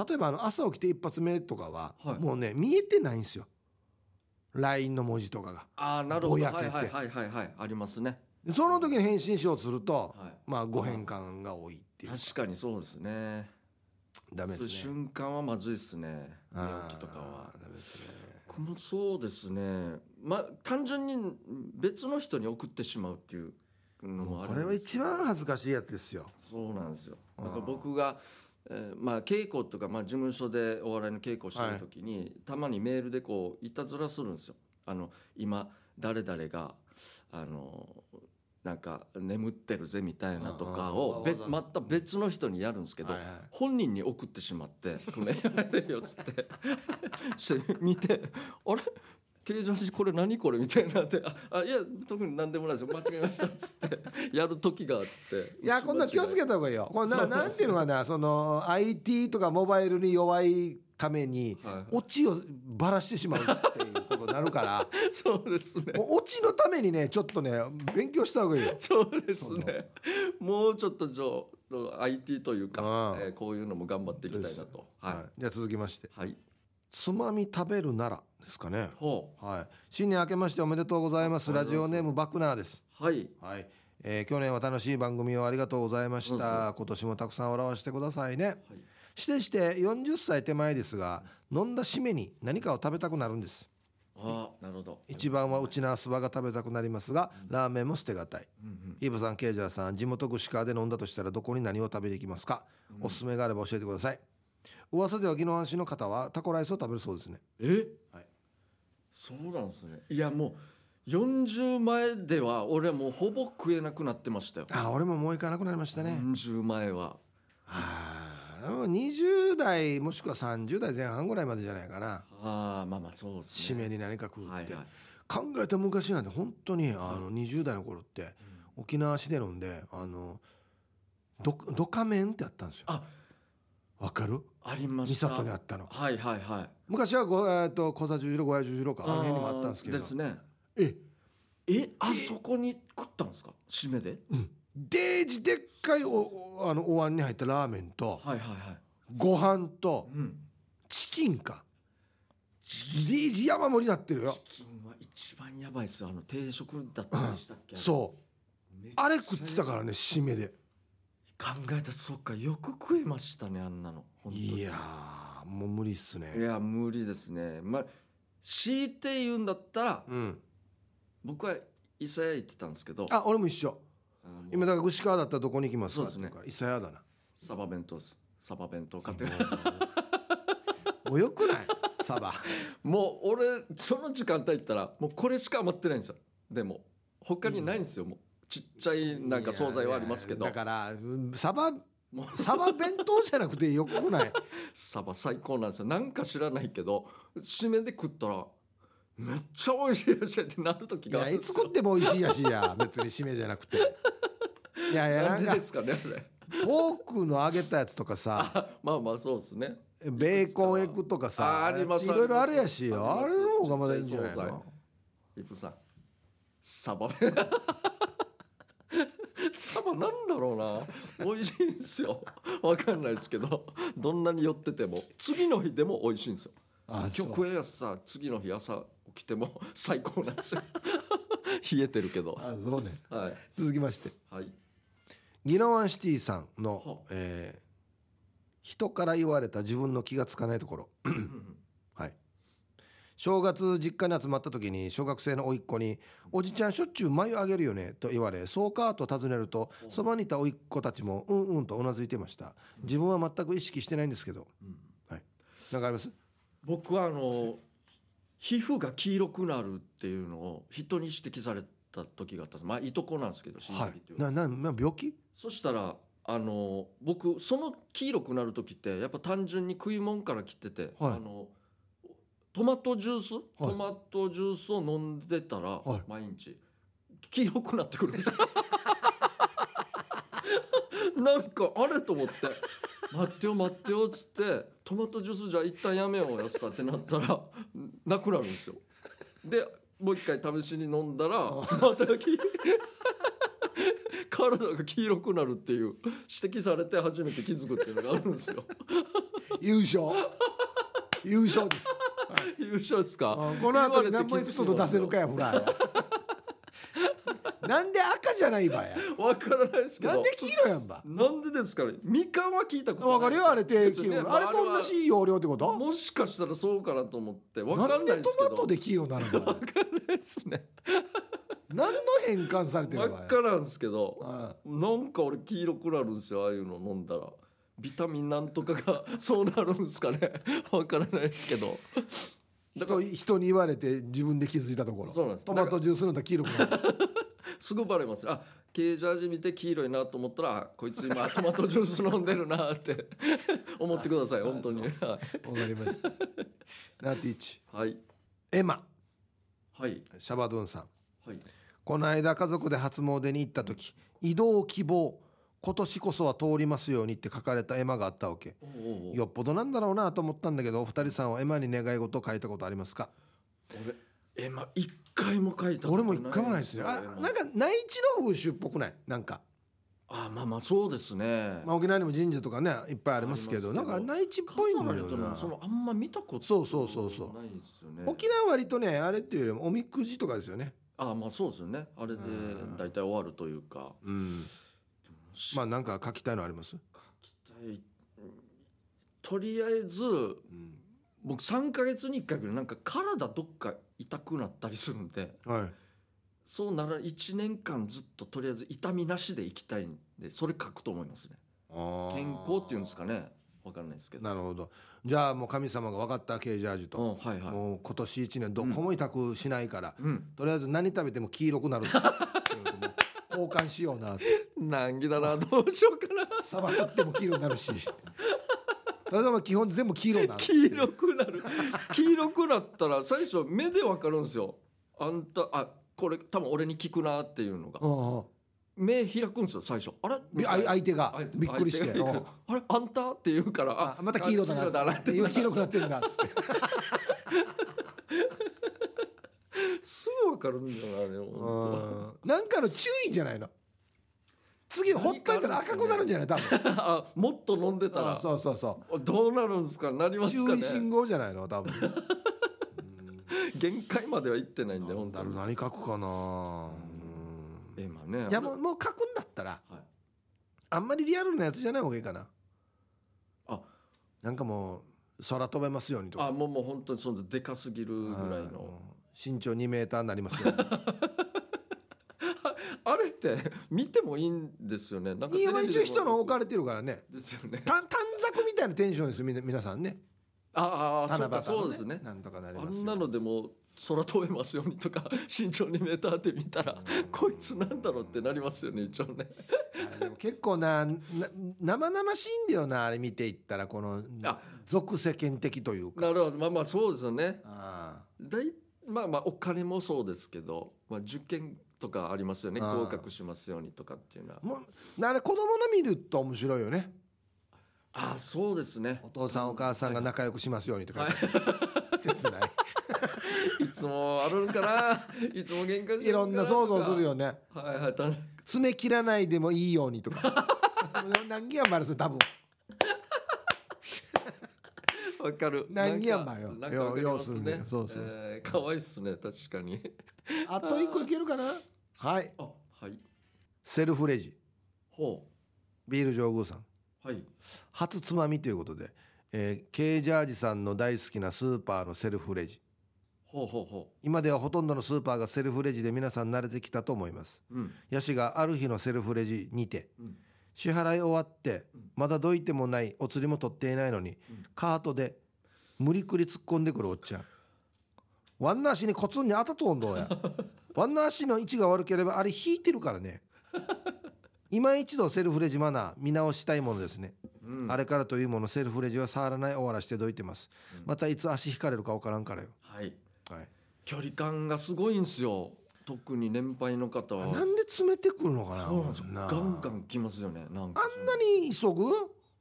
Speaker 2: 例えばあの朝起きて一発目とかは、
Speaker 1: はい
Speaker 2: もうね見えてないんですよ LINE の文字とかが。
Speaker 1: あーなるほ
Speaker 2: ぼ
Speaker 1: ど
Speaker 2: や
Speaker 1: は
Speaker 2: け
Speaker 1: い
Speaker 2: て
Speaker 1: はいはいはいはいありますね、
Speaker 2: その時に返信しようとすると、
Speaker 1: は
Speaker 2: まあご変換が多いって
Speaker 1: い、
Speaker 2: いう
Speaker 1: 確かにそうですね
Speaker 2: ダメで
Speaker 1: そういう
Speaker 2: すね
Speaker 1: 瞬間はまずいですね寝
Speaker 2: あ
Speaker 1: 起
Speaker 2: ー
Speaker 1: きとかは
Speaker 2: ダメですね
Speaker 1: 僕もそうですねまあ単純に別の人に送ってしまうっていうのもあ
Speaker 2: こ
Speaker 1: る
Speaker 2: れ
Speaker 1: ん
Speaker 2: は
Speaker 1: ですけ
Speaker 2: 一
Speaker 1: ど
Speaker 2: 番恥ずかしいやつですよ
Speaker 1: そうなんですよ。
Speaker 2: うん
Speaker 1: なんか僕が、えーまあ稽古とかまあ事務所でお笑いの稽古をしてる時に、たまにメールでこういたずらするんですよ。あの今誰々があのなんか眠ってるぜみたいなとか
Speaker 2: うんうん
Speaker 1: を
Speaker 2: うん
Speaker 1: べ
Speaker 2: わざ
Speaker 1: また別の人にやるんですけど。
Speaker 2: はいはい
Speaker 1: 本人に送ってしまって「これやられてるよ」っつってして見て「あれ形状師これ何これ」みたいになって「ああいや特に何でもないですよ間違えました」っつってやる時があって
Speaker 2: いやこんな気をつけた方がいいよ。これな
Speaker 1: そう
Speaker 2: なんていうのかなその IT とかモバイルに弱いために
Speaker 1: は
Speaker 2: オチをばらしてしまうっていうことになるから
Speaker 1: い、そうですね。
Speaker 2: もうオチのためにねちょっとね勉強した方がいいよ。
Speaker 1: そうですね。もうちょっとじゃあ IT というか
Speaker 2: う、ん
Speaker 1: えーこういうのも頑張っていきたいなと。は
Speaker 2: はい、じゃあ続きまして
Speaker 1: い。はい。
Speaker 2: つまみ食べるならですかね。
Speaker 1: ほ
Speaker 2: はい、新年明けましておめでとうございます。ラジオネームバクナーです。
Speaker 1: う。はい。
Speaker 2: はい、えー去年は楽しい番組をありがとうございまし
Speaker 1: そうそう
Speaker 2: た。今年もたくさん笑わせてくださいね。
Speaker 1: はい。
Speaker 2: してして40歳手前ですが飲んだ締めに何かを食べたくなるんです
Speaker 1: ああ、なるほど。
Speaker 2: 一番はうちのアスパラが食べたくなりますがラーメンも捨てがたい
Speaker 1: うんうん。
Speaker 2: イブさんケイジャーさん地元串川で飲んだとしたらどこに何を食べに行きますかおすすめがあれば教えてください噂では宜野湾市の方はタコライスを食べるそうですね
Speaker 1: え、
Speaker 2: はい
Speaker 1: そうなんですね。いやもう40前では俺もうほぼ食えなくなってましたよ。
Speaker 2: ああ俺ももう行かなくなりましたね
Speaker 1: 40前は。
Speaker 2: ああ20代もしくは30代前半ぐらいまでじゃないかな
Speaker 1: ああ、まあまあそうです
Speaker 2: 締
Speaker 1: ね。
Speaker 2: めに何か食う
Speaker 1: はい
Speaker 2: って
Speaker 1: はい。
Speaker 2: 考えた昔なんて本当にあの20代の頃って沖縄市で飲んであのどドカメンってあったんですよ
Speaker 1: あ
Speaker 2: わかる
Speaker 1: ありま
Speaker 2: 三
Speaker 1: した。
Speaker 2: 郷にあ
Speaker 1: は
Speaker 2: ったの
Speaker 1: いはいはい。
Speaker 2: 昔はご、えー、と小座十郎小屋十郎かあの辺にもあったんですけど
Speaker 1: ですね。
Speaker 2: え
Speaker 1: え、あそこに食ったんですか。締めで。
Speaker 2: デージでっかいおおあのお椀に入ったラーメンと
Speaker 1: はいはいはい。
Speaker 2: ご飯と
Speaker 1: うん。
Speaker 2: チキンかデージ山盛りになってるよ
Speaker 1: チキンは一番やばいですよあの定食だったんでしたっけ
Speaker 2: そう
Speaker 1: う
Speaker 2: あれ食ってたからね締めで
Speaker 1: 考えたらそっかよく食えましたねあんなの本当に
Speaker 2: いやーもう無理っす
Speaker 1: い
Speaker 2: ね
Speaker 1: や無理ですねまあ強いて言うんだったら
Speaker 2: うん
Speaker 1: 僕は伊勢屋行ってたんですけど
Speaker 2: あ俺も一緒
Speaker 1: の
Speaker 2: 今だから串川だったらどこに行きます
Speaker 1: そう
Speaker 2: か
Speaker 1: で
Speaker 2: っ
Speaker 1: す
Speaker 2: て
Speaker 1: ね
Speaker 2: 言うから伊勢屋だな
Speaker 1: サバ弁当ですサバ弁当買って
Speaker 2: もうよくないサバ
Speaker 1: もう俺その時間帯行ったらもうこれしか余ってないんですよでも他にないんですよもうちっちゃい なんか惣菜はありますけど
Speaker 2: いやいやだからうんサバ
Speaker 1: もう
Speaker 2: サバ弁当じゃなくてよくない
Speaker 1: サバ最高なんですよなんか知らないけど締めで食ったらめっちゃ美味しいやしってなる時
Speaker 2: い
Speaker 1: があるん
Speaker 2: やい
Speaker 1: で
Speaker 2: つ
Speaker 1: す
Speaker 2: 食
Speaker 1: よ
Speaker 2: っても美味しいやしや 別に締めじゃなくていやいや
Speaker 1: な
Speaker 2: なんん
Speaker 1: で
Speaker 2: か
Speaker 1: ですかねあれ
Speaker 2: ポークの揚げたやつとかさ
Speaker 1: あまあまあそうですね
Speaker 2: ベーコンエッグとかさ
Speaker 1: あーあります
Speaker 2: いろいろあるやし
Speaker 1: あり
Speaker 2: あ
Speaker 1: ます
Speaker 2: れの方がまだいいんじゃない
Speaker 1: 絶対
Speaker 2: の
Speaker 1: 惣イプさんサバ サバなんだろうな美味しいんですよわかんないですけどどんなに寄ってても次の日でも美味しいんですよ
Speaker 2: あ
Speaker 1: 今日
Speaker 2: そう
Speaker 1: 食えやすさ次の日朝起きても 最高なんですよ冷えてるけど
Speaker 2: あそうね
Speaker 1: はい
Speaker 2: 続きまして
Speaker 1: はい
Speaker 2: ギノワンシティさん
Speaker 1: は
Speaker 2: の、えー人から言われた自分の気がつかないところはい正月実家に集まった時に小学生の甥っ子に「おじちゃんしょっちゅう眉あげるよね」と言われ「そうか」と尋ねると
Speaker 1: お
Speaker 2: そばにいた甥っ子たちもうんうんとうなずいてました自分は全く意識してないんですけど
Speaker 1: うん
Speaker 2: なんかあります
Speaker 1: 僕はあの皮膚が黄色くなるっていうのを人に指摘された時があったんですまあいとこなんですけど親
Speaker 2: は
Speaker 1: 戚っ
Speaker 2: い
Speaker 1: ていうのは
Speaker 2: ななな病気
Speaker 1: そしたらあの僕その黄色くなる時ってやっぱ単純に食い物から切ってて、
Speaker 2: はい
Speaker 1: あのトマトジュース、
Speaker 2: はい
Speaker 1: トマトジュースを飲んでたら、
Speaker 2: はい
Speaker 1: 毎日黄色くなってくるんです なんかあれと思って「待ってよ待ってよ」っつって「トマトジュースじゃ一旦やめようやつさ」ってなったらなくなるんですよ。でもう一回試しに飲んだらまた黄体が黄色くなるっていう指摘されて初めて気づくっていうのがあるんです よ
Speaker 2: 優勝優勝です
Speaker 1: 優勝ですか
Speaker 2: うんこの後
Speaker 1: 言われ
Speaker 2: に何
Speaker 1: て
Speaker 2: もエピソード出せるかやフライなんで赤じゃないばや
Speaker 1: わからないですけど
Speaker 2: なんで黄色やんば
Speaker 1: なんでですかねみかんは聞いたことない
Speaker 2: わかるよあれって黄色、
Speaker 1: ですよね
Speaker 2: あれと同じ容量ってこ
Speaker 1: あれは
Speaker 2: と
Speaker 1: もしかしたらそうかなと思ってわかんない
Speaker 2: んで
Speaker 1: ですけ
Speaker 2: ト
Speaker 1: ど
Speaker 2: マ トで黄色になるの
Speaker 1: ですね
Speaker 2: 何の変換されて
Speaker 1: 真
Speaker 2: る
Speaker 1: っ
Speaker 2: の
Speaker 1: 赤なんですけど
Speaker 2: あ
Speaker 1: なんか俺黄色くなるんですよああいうの飲んだらビタミンなんとかが そうなるんですかねわからないですけどだから
Speaker 2: 人人に言われて自分で気づいたところ
Speaker 1: そうなんです
Speaker 2: トマトジュースのんだ黄色くなる
Speaker 1: すぐバレますあケージ味見て黄色いなと思ったらあこいつ 今トマトジュース飲んでるなって思ってください本当には
Speaker 2: わかりま したナティーチ
Speaker 1: いはい
Speaker 2: エマ
Speaker 1: はい
Speaker 2: シャバドゥンさん
Speaker 1: はい
Speaker 2: この間家族で初詣に行った時移動希望今年こそは通りますようにって書かれた絵馬があったわけ
Speaker 1: おうおうおう
Speaker 2: よっぽどなんだろうなと思ったんだけどお二人さんは絵馬に願い事を書いたことありますか
Speaker 1: 俺えま一回も書いたこと
Speaker 2: 俺も一回もないですねあ
Speaker 1: 絵馬
Speaker 2: なんか内地の風習っぽくないなんか、
Speaker 1: あまあまあそうですね、
Speaker 2: まあ、沖縄にも神社とかねいっぱいありますけど
Speaker 1: ありますけど
Speaker 2: なんか内地っぽいん
Speaker 1: 飾
Speaker 2: だ
Speaker 1: られ
Speaker 2: よ
Speaker 1: ても
Speaker 2: な
Speaker 1: そのあんま見たこと
Speaker 2: そうそうそうそう
Speaker 1: ないですよね
Speaker 2: 沖縄は割とねあれっていうよりもおみくじとかですよね
Speaker 1: あまあそうですよねあれで
Speaker 2: うん
Speaker 1: 大体終わるというか
Speaker 2: うんまあなんか書きたいのあります、
Speaker 1: 書きたいうんとりあえず僕3ヶ月に1回ぐらいなんか体どっか痛くなったりするんで
Speaker 2: はい
Speaker 1: そうなら1年間ずっととりあえず痛みなしでいきたいんでそれ書くと思いますね健康っていうんですかねわかんないですけど
Speaker 2: なるほどじゃあもう神様が分かったケージャージ
Speaker 1: う
Speaker 2: と、
Speaker 1: んはいはい
Speaker 2: もう今年一年どこも委託しないから、
Speaker 1: うん
Speaker 2: とりあえず何食べても黄色くなるって いうのも交換しようなって
Speaker 1: 難儀だなどうしようか な
Speaker 2: サバ食っても黄色になるしとりあえずまあ基本全部黄色になる
Speaker 1: 黄色くなる黄色くなったら最初目でわかるんですよあんたあこれ多分俺に聞くなっていうのが
Speaker 2: うんうん
Speaker 1: 目開くんですよ最初あれ
Speaker 2: びあい相手が
Speaker 1: 相手
Speaker 2: びっくりして
Speaker 1: 相手が
Speaker 2: うん
Speaker 1: あれあんたって言うから
Speaker 2: あまた黄色だ
Speaker 1: あ
Speaker 2: な
Speaker 1: 黄色だなって
Speaker 2: 今黄色くなってるんだっつって
Speaker 1: すぐわかるんだよなあれ本
Speaker 2: うんなんかの注意じゃないの次ほっといたら赤くなるんじゃない多分
Speaker 1: 当あもっと飲んでた
Speaker 2: あ
Speaker 1: ら
Speaker 2: そうそうそ
Speaker 1: どうなるんですかなり
Speaker 2: う
Speaker 1: ます
Speaker 2: 注
Speaker 1: か
Speaker 2: 意信
Speaker 1: ね
Speaker 2: 号じゃないの多分
Speaker 1: 限界までは行ってないんで
Speaker 2: なん
Speaker 1: 本
Speaker 2: だ
Speaker 1: 当
Speaker 2: ろう
Speaker 1: に
Speaker 2: 何書くかなうん
Speaker 1: えまあね
Speaker 2: いやもうもう書くんだったら
Speaker 1: はい
Speaker 2: あんまりリアルなやつじゃない方がいいかな
Speaker 1: あ
Speaker 2: なんかもう空飛べますようにとか
Speaker 1: あもうもう本当にそのでかすぎるぐらい
Speaker 2: うん
Speaker 1: の
Speaker 2: 身長2メーターになりますように
Speaker 1: あれって 見てもいいんですよね なんか
Speaker 2: 今一応人の置
Speaker 1: か
Speaker 2: かれてるからね
Speaker 1: ですよね
Speaker 2: 短短冊みたいなテンションですよみんな皆さんね
Speaker 1: ああ、
Speaker 2: 七
Speaker 1: そうか、そ
Speaker 2: 夕の
Speaker 1: うですね。
Speaker 2: なんとかなり
Speaker 1: あ
Speaker 2: ますよ
Speaker 1: んなのでも、空飛べますようにとか、 慎重にメーターで見たら、こいつなんだろうってなりますよね、一応ね。
Speaker 2: あれでも結構なな生々しいんだよなあれ見ていったらこの
Speaker 1: あ
Speaker 2: 俗世間的というか
Speaker 1: なるほど、まあまあ、そうですよね。
Speaker 2: あ
Speaker 1: だい、まあまあ、お金もそうですけど、まあ、受験とかありますよね。
Speaker 2: あー
Speaker 1: 合格しますようにとかっていうのは
Speaker 2: あ。もうあれ子供の見ると面白いよね
Speaker 1: あそうですね
Speaker 2: お父さんお母さんが仲良くしますようにとか、 切ない
Speaker 1: いつもあるんかないつも喧嘩してるか
Speaker 2: いろんな想像する
Speaker 1: よ
Speaker 2: よね
Speaker 1: はいはいた
Speaker 2: 爪切らないでもいいようにとか 何ギやまるさ多分
Speaker 1: わかる
Speaker 2: 何やんば
Speaker 1: ば
Speaker 2: よ
Speaker 1: なんかわかります
Speaker 2: よ
Speaker 1: ね
Speaker 2: 要するにそうそう
Speaker 1: えー、かわいいっすね確かに
Speaker 2: あと一個いけるかなはい
Speaker 1: あはい
Speaker 2: セルフレジ
Speaker 1: ほ
Speaker 2: ビール上宮さん
Speaker 1: うはい
Speaker 2: 初つまみということで、えー、K ジャージさんの大好きなスーパーのセルフレジ
Speaker 1: ほうほうほ
Speaker 2: 今ではほとんどのスーパーがセルフレジで皆さん慣れてきたと思います
Speaker 1: ううん
Speaker 2: ヤシがある日のセルフレジにて
Speaker 1: うん
Speaker 2: 支払い終わって
Speaker 1: うん
Speaker 2: まだどいてもないお釣りも取っていないのに
Speaker 1: うん
Speaker 2: カートで無理くり突っ込んでくるおっちゃんワンナ足にコツンに当たっとんど うやワンナ足の位置が悪ければあれ引いてるからね今一度セルフレジマナー見直したいものですね
Speaker 1: うん
Speaker 2: あれからというものセルフレジは触らない終わらしてどいてます
Speaker 1: うん
Speaker 2: またいつ足引かれるか分からんからよ
Speaker 1: はい
Speaker 2: はい
Speaker 1: 距離感がすごいんですよ特に年配の方は
Speaker 2: なんで詰めてくるのかな
Speaker 1: そうなんですよ
Speaker 2: なあ
Speaker 1: ガンガン来ますよねなんか
Speaker 2: あんなに急ぐ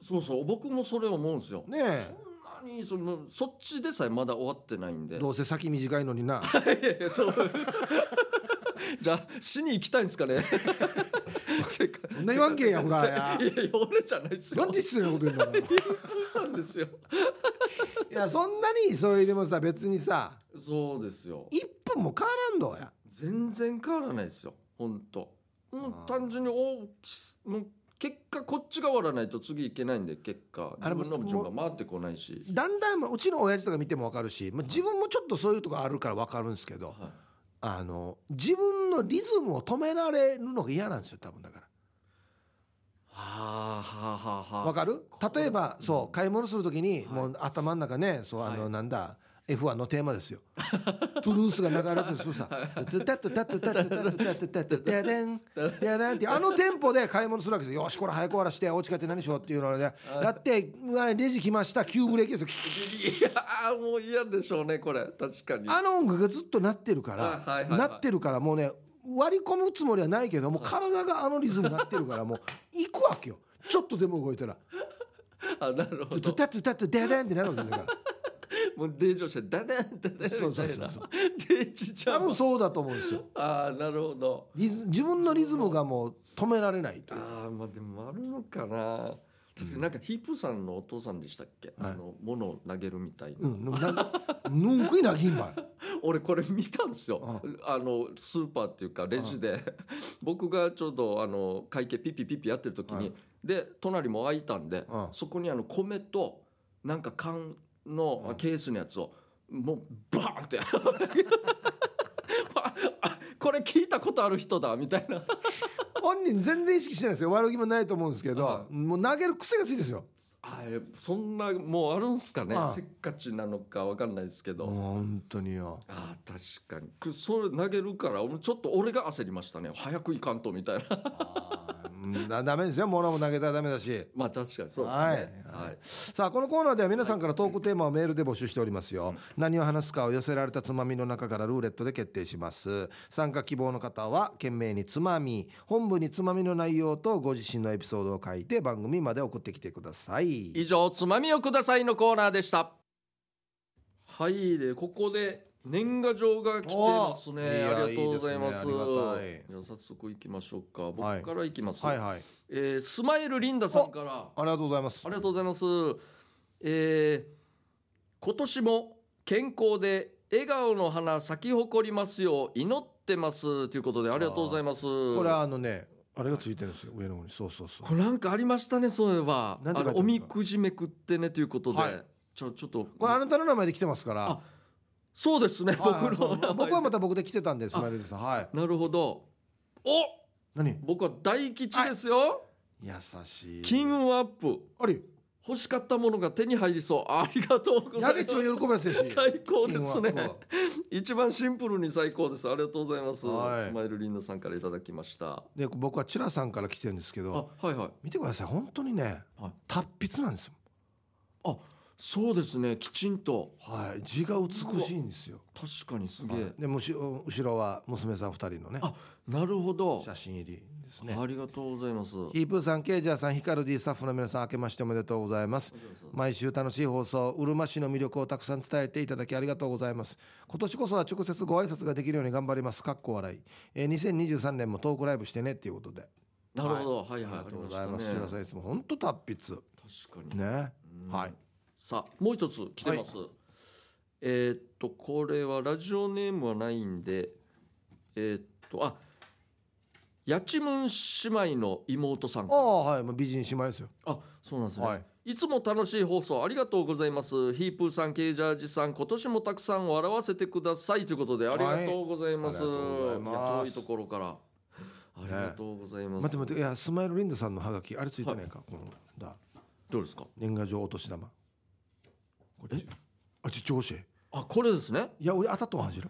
Speaker 1: そうそう僕もそれ思うんですよ
Speaker 2: ねえ
Speaker 1: そんなにそのそっちでさえまだ終わってないんで
Speaker 2: どうせ先短いのにな
Speaker 1: いやいや そうじゃあ死に行きたいんですか ねせっか
Speaker 2: んな言わんけや
Speaker 1: せっ
Speaker 2: ほ
Speaker 1: からせ
Speaker 2: や
Speaker 1: っかいやいや俺じゃないですよ
Speaker 2: なんて失礼なこと言う んだろうい
Speaker 1: プーさんですよ
Speaker 2: やそんなに急いでもさ別にさ
Speaker 1: そうですよ
Speaker 2: 1分も変わらんどうや
Speaker 1: 全然変わらないですよ本当もう
Speaker 2: あー
Speaker 1: 単純におしもう結果こっちが終わらないと次いけないんで結果
Speaker 2: あれ
Speaker 1: 自
Speaker 2: も
Speaker 1: 分の順が回ってこないし、
Speaker 2: だんだんまあうちの親父とか見ても分かるし、まあ、自分もちょっとそういうとこあるから分かるんですけど
Speaker 1: はい、
Speaker 2: あの自分のリズムを止められるのが嫌なんですよ多分だから
Speaker 1: はあはあはあはあ
Speaker 2: わかる
Speaker 1: これ
Speaker 2: 例えばそううん買い物するときに
Speaker 1: い
Speaker 2: もう頭の中ねそうあ
Speaker 1: は
Speaker 2: の
Speaker 1: い
Speaker 2: なんだ F1 のテーマですよ。トゥルースが流れてるそうさ「タタタタタタタタタタタタタデンデデン」ってあのテンポで買い物するわけですよ。よしこれ早く終わらしてお家帰って何しようっていうのでだってうわレジ来ました急ブレーキですよ。
Speaker 1: いやーもう嫌でしょうねこれ確かに
Speaker 2: あの音楽がずっと鳴ってるか
Speaker 1: はいはいはい
Speaker 2: ら
Speaker 1: はい
Speaker 2: 鳴ってるからもうね割り込むつもりはないけどもう体があのリズム鳴ってるからもう行くわけよ。ちょっとでも動いたら「
Speaker 1: あなる
Speaker 2: ト
Speaker 1: ほ
Speaker 2: ゥトゥ
Speaker 1: ど
Speaker 2: タトゥタトゥデデン」ってなるわけだから。
Speaker 1: もうデージョしてダダンダダンみたいな
Speaker 2: そうそうそうそ
Speaker 1: デージちゃ
Speaker 2: 多
Speaker 1: ん
Speaker 2: 分そうだと思うんですよ
Speaker 1: ああなるほど
Speaker 2: リズ自分のリズムがもう止められないという
Speaker 1: ああまあでもあるのかな確かになんかヒープさんのお父さんでしたっけ、
Speaker 2: はい
Speaker 1: あの物を投げるみたいな、
Speaker 2: うん、なんぬんくいなぎんばい
Speaker 1: 俺これ見たんですよあのスーパーっていうかレジで僕がちょうどあの会計ピピピピやってる時に、
Speaker 2: はい
Speaker 1: で隣も空いたんで、
Speaker 2: うん
Speaker 1: そこにあの米となんか缶の
Speaker 2: うん
Speaker 1: ケースのやつをもうバーンって ああこれ聞いたことある人だみたいな
Speaker 2: 本人全然意識してないですよ悪気もないと思うんですけど、
Speaker 1: は
Speaker 2: もう投げる癖がついてですよ
Speaker 1: あそんなもうあるんすかね
Speaker 2: はい
Speaker 1: せっかちなのかわかんないですけど、
Speaker 2: もう本当によ
Speaker 1: あー確かにくそれ投げるから俺ちょっと俺が焦りましたね早く行かんとみたいな
Speaker 2: うんだダメですよ物も投げたらダメだし
Speaker 1: まあ確かにそうですね
Speaker 2: はい
Speaker 1: はい、
Speaker 2: さあこのコーナーでは皆さんからトークテーマをメールで募集しておりますよ、何を話すかを寄せられたつまみの中からルーレットで決定します参加希望の方は懸命につまみ本部につまみの内容とご自身のエピソードを書いて番組まで送ってきてください
Speaker 1: 以上「つまみをください」のコーナーでしたはいでここで年賀状が来てますね
Speaker 2: おーいや
Speaker 1: ありがとうございます
Speaker 2: いいですねありがたい
Speaker 1: じゃあ早速行きましょうか
Speaker 2: は
Speaker 1: 僕
Speaker 2: い
Speaker 1: から行きます、
Speaker 2: はいはい
Speaker 1: えースマイルリンダさんから
Speaker 2: ありがとうございます
Speaker 1: ありがとうございます。えー今年も健康で笑顔の花咲き誇りますよう祈ってますということでありがとうございます。
Speaker 2: これはあのねあれがついてるんですよ上の方にそうそうそう
Speaker 1: これなんかありましたねそういえば
Speaker 2: なんて書いてあるんですか
Speaker 1: あのおみくじめくってねということで、
Speaker 2: はい
Speaker 1: ちょちょっと
Speaker 2: これあなたの名前で来てますから
Speaker 1: あそうですね、
Speaker 2: はいはい
Speaker 1: 僕の名
Speaker 2: そ
Speaker 1: 前
Speaker 2: う僕はまた僕で来てたんですマイルですはい
Speaker 1: なるほどお
Speaker 2: 何
Speaker 1: 僕は大吉ですよ
Speaker 2: 優しい
Speaker 1: 金運アップ
Speaker 2: あれ
Speaker 1: 欲しかったものが手に入りそうありがとうござ
Speaker 2: 矢
Speaker 1: います
Speaker 2: 口も喜ぶやつです し
Speaker 1: 最高ですね
Speaker 2: 金はこう
Speaker 1: 一番シンプルに最高ですありがとうございます、
Speaker 2: はい
Speaker 1: スマイルリンダさんからいただきました
Speaker 2: で僕はチュラさんから来てるんですけ
Speaker 1: あ
Speaker 2: ど
Speaker 1: はいはい
Speaker 2: 見てください本当にね、
Speaker 1: はい
Speaker 2: 達筆なんですよ
Speaker 1: あそうですねきちんと
Speaker 2: はい字が美しいんですよ
Speaker 1: 確かにすげえ、
Speaker 2: はいでむし後ろは娘さん二人のね
Speaker 1: あなるほど
Speaker 2: 写真入りですですね
Speaker 1: ありがとうございます。
Speaker 2: ヒープーさんケイジャーさんヒカルディスタッフの皆さん明けましておめでとうございます毎週楽しい放送うるま市の魅力をたくさん伝えていただきありがとうございます今年こそは直接ご挨拶ができるように頑張りますかっこ笑い、えー、2023年もトークライブしてねっていうことで
Speaker 1: なるほど、はい、
Speaker 2: あ
Speaker 1: はい、
Speaker 2: りがとうございます
Speaker 1: ありがとう
Speaker 2: 千田さ
Speaker 1: ござい
Speaker 2: んいつも本当達筆
Speaker 1: ます確かに。
Speaker 2: ねはい
Speaker 1: さあ、もう一つ来てます。えーっと、これはラジオネームはないんで。えーっと、あ。やちむん姉妹の妹さん
Speaker 2: あ。あはいもう美人姉妹ですよ
Speaker 1: あ、そうなんですね。
Speaker 2: はいい、
Speaker 1: つも楽しい放送ありがとうございます。ヒープーさん、ケイジャージさん、今年もたくさん笑わせてくださいということでありがとうございます。
Speaker 2: はいありがとうございます
Speaker 1: や遠いところから。ありがとうございます。
Speaker 2: 待って待っていやスマイルリンダさんのハガキあれついてないか、このだ
Speaker 1: どうですか。
Speaker 2: 年賀状お年玉これあち調子い
Speaker 1: あ、これですね。
Speaker 2: や俺あたとはじる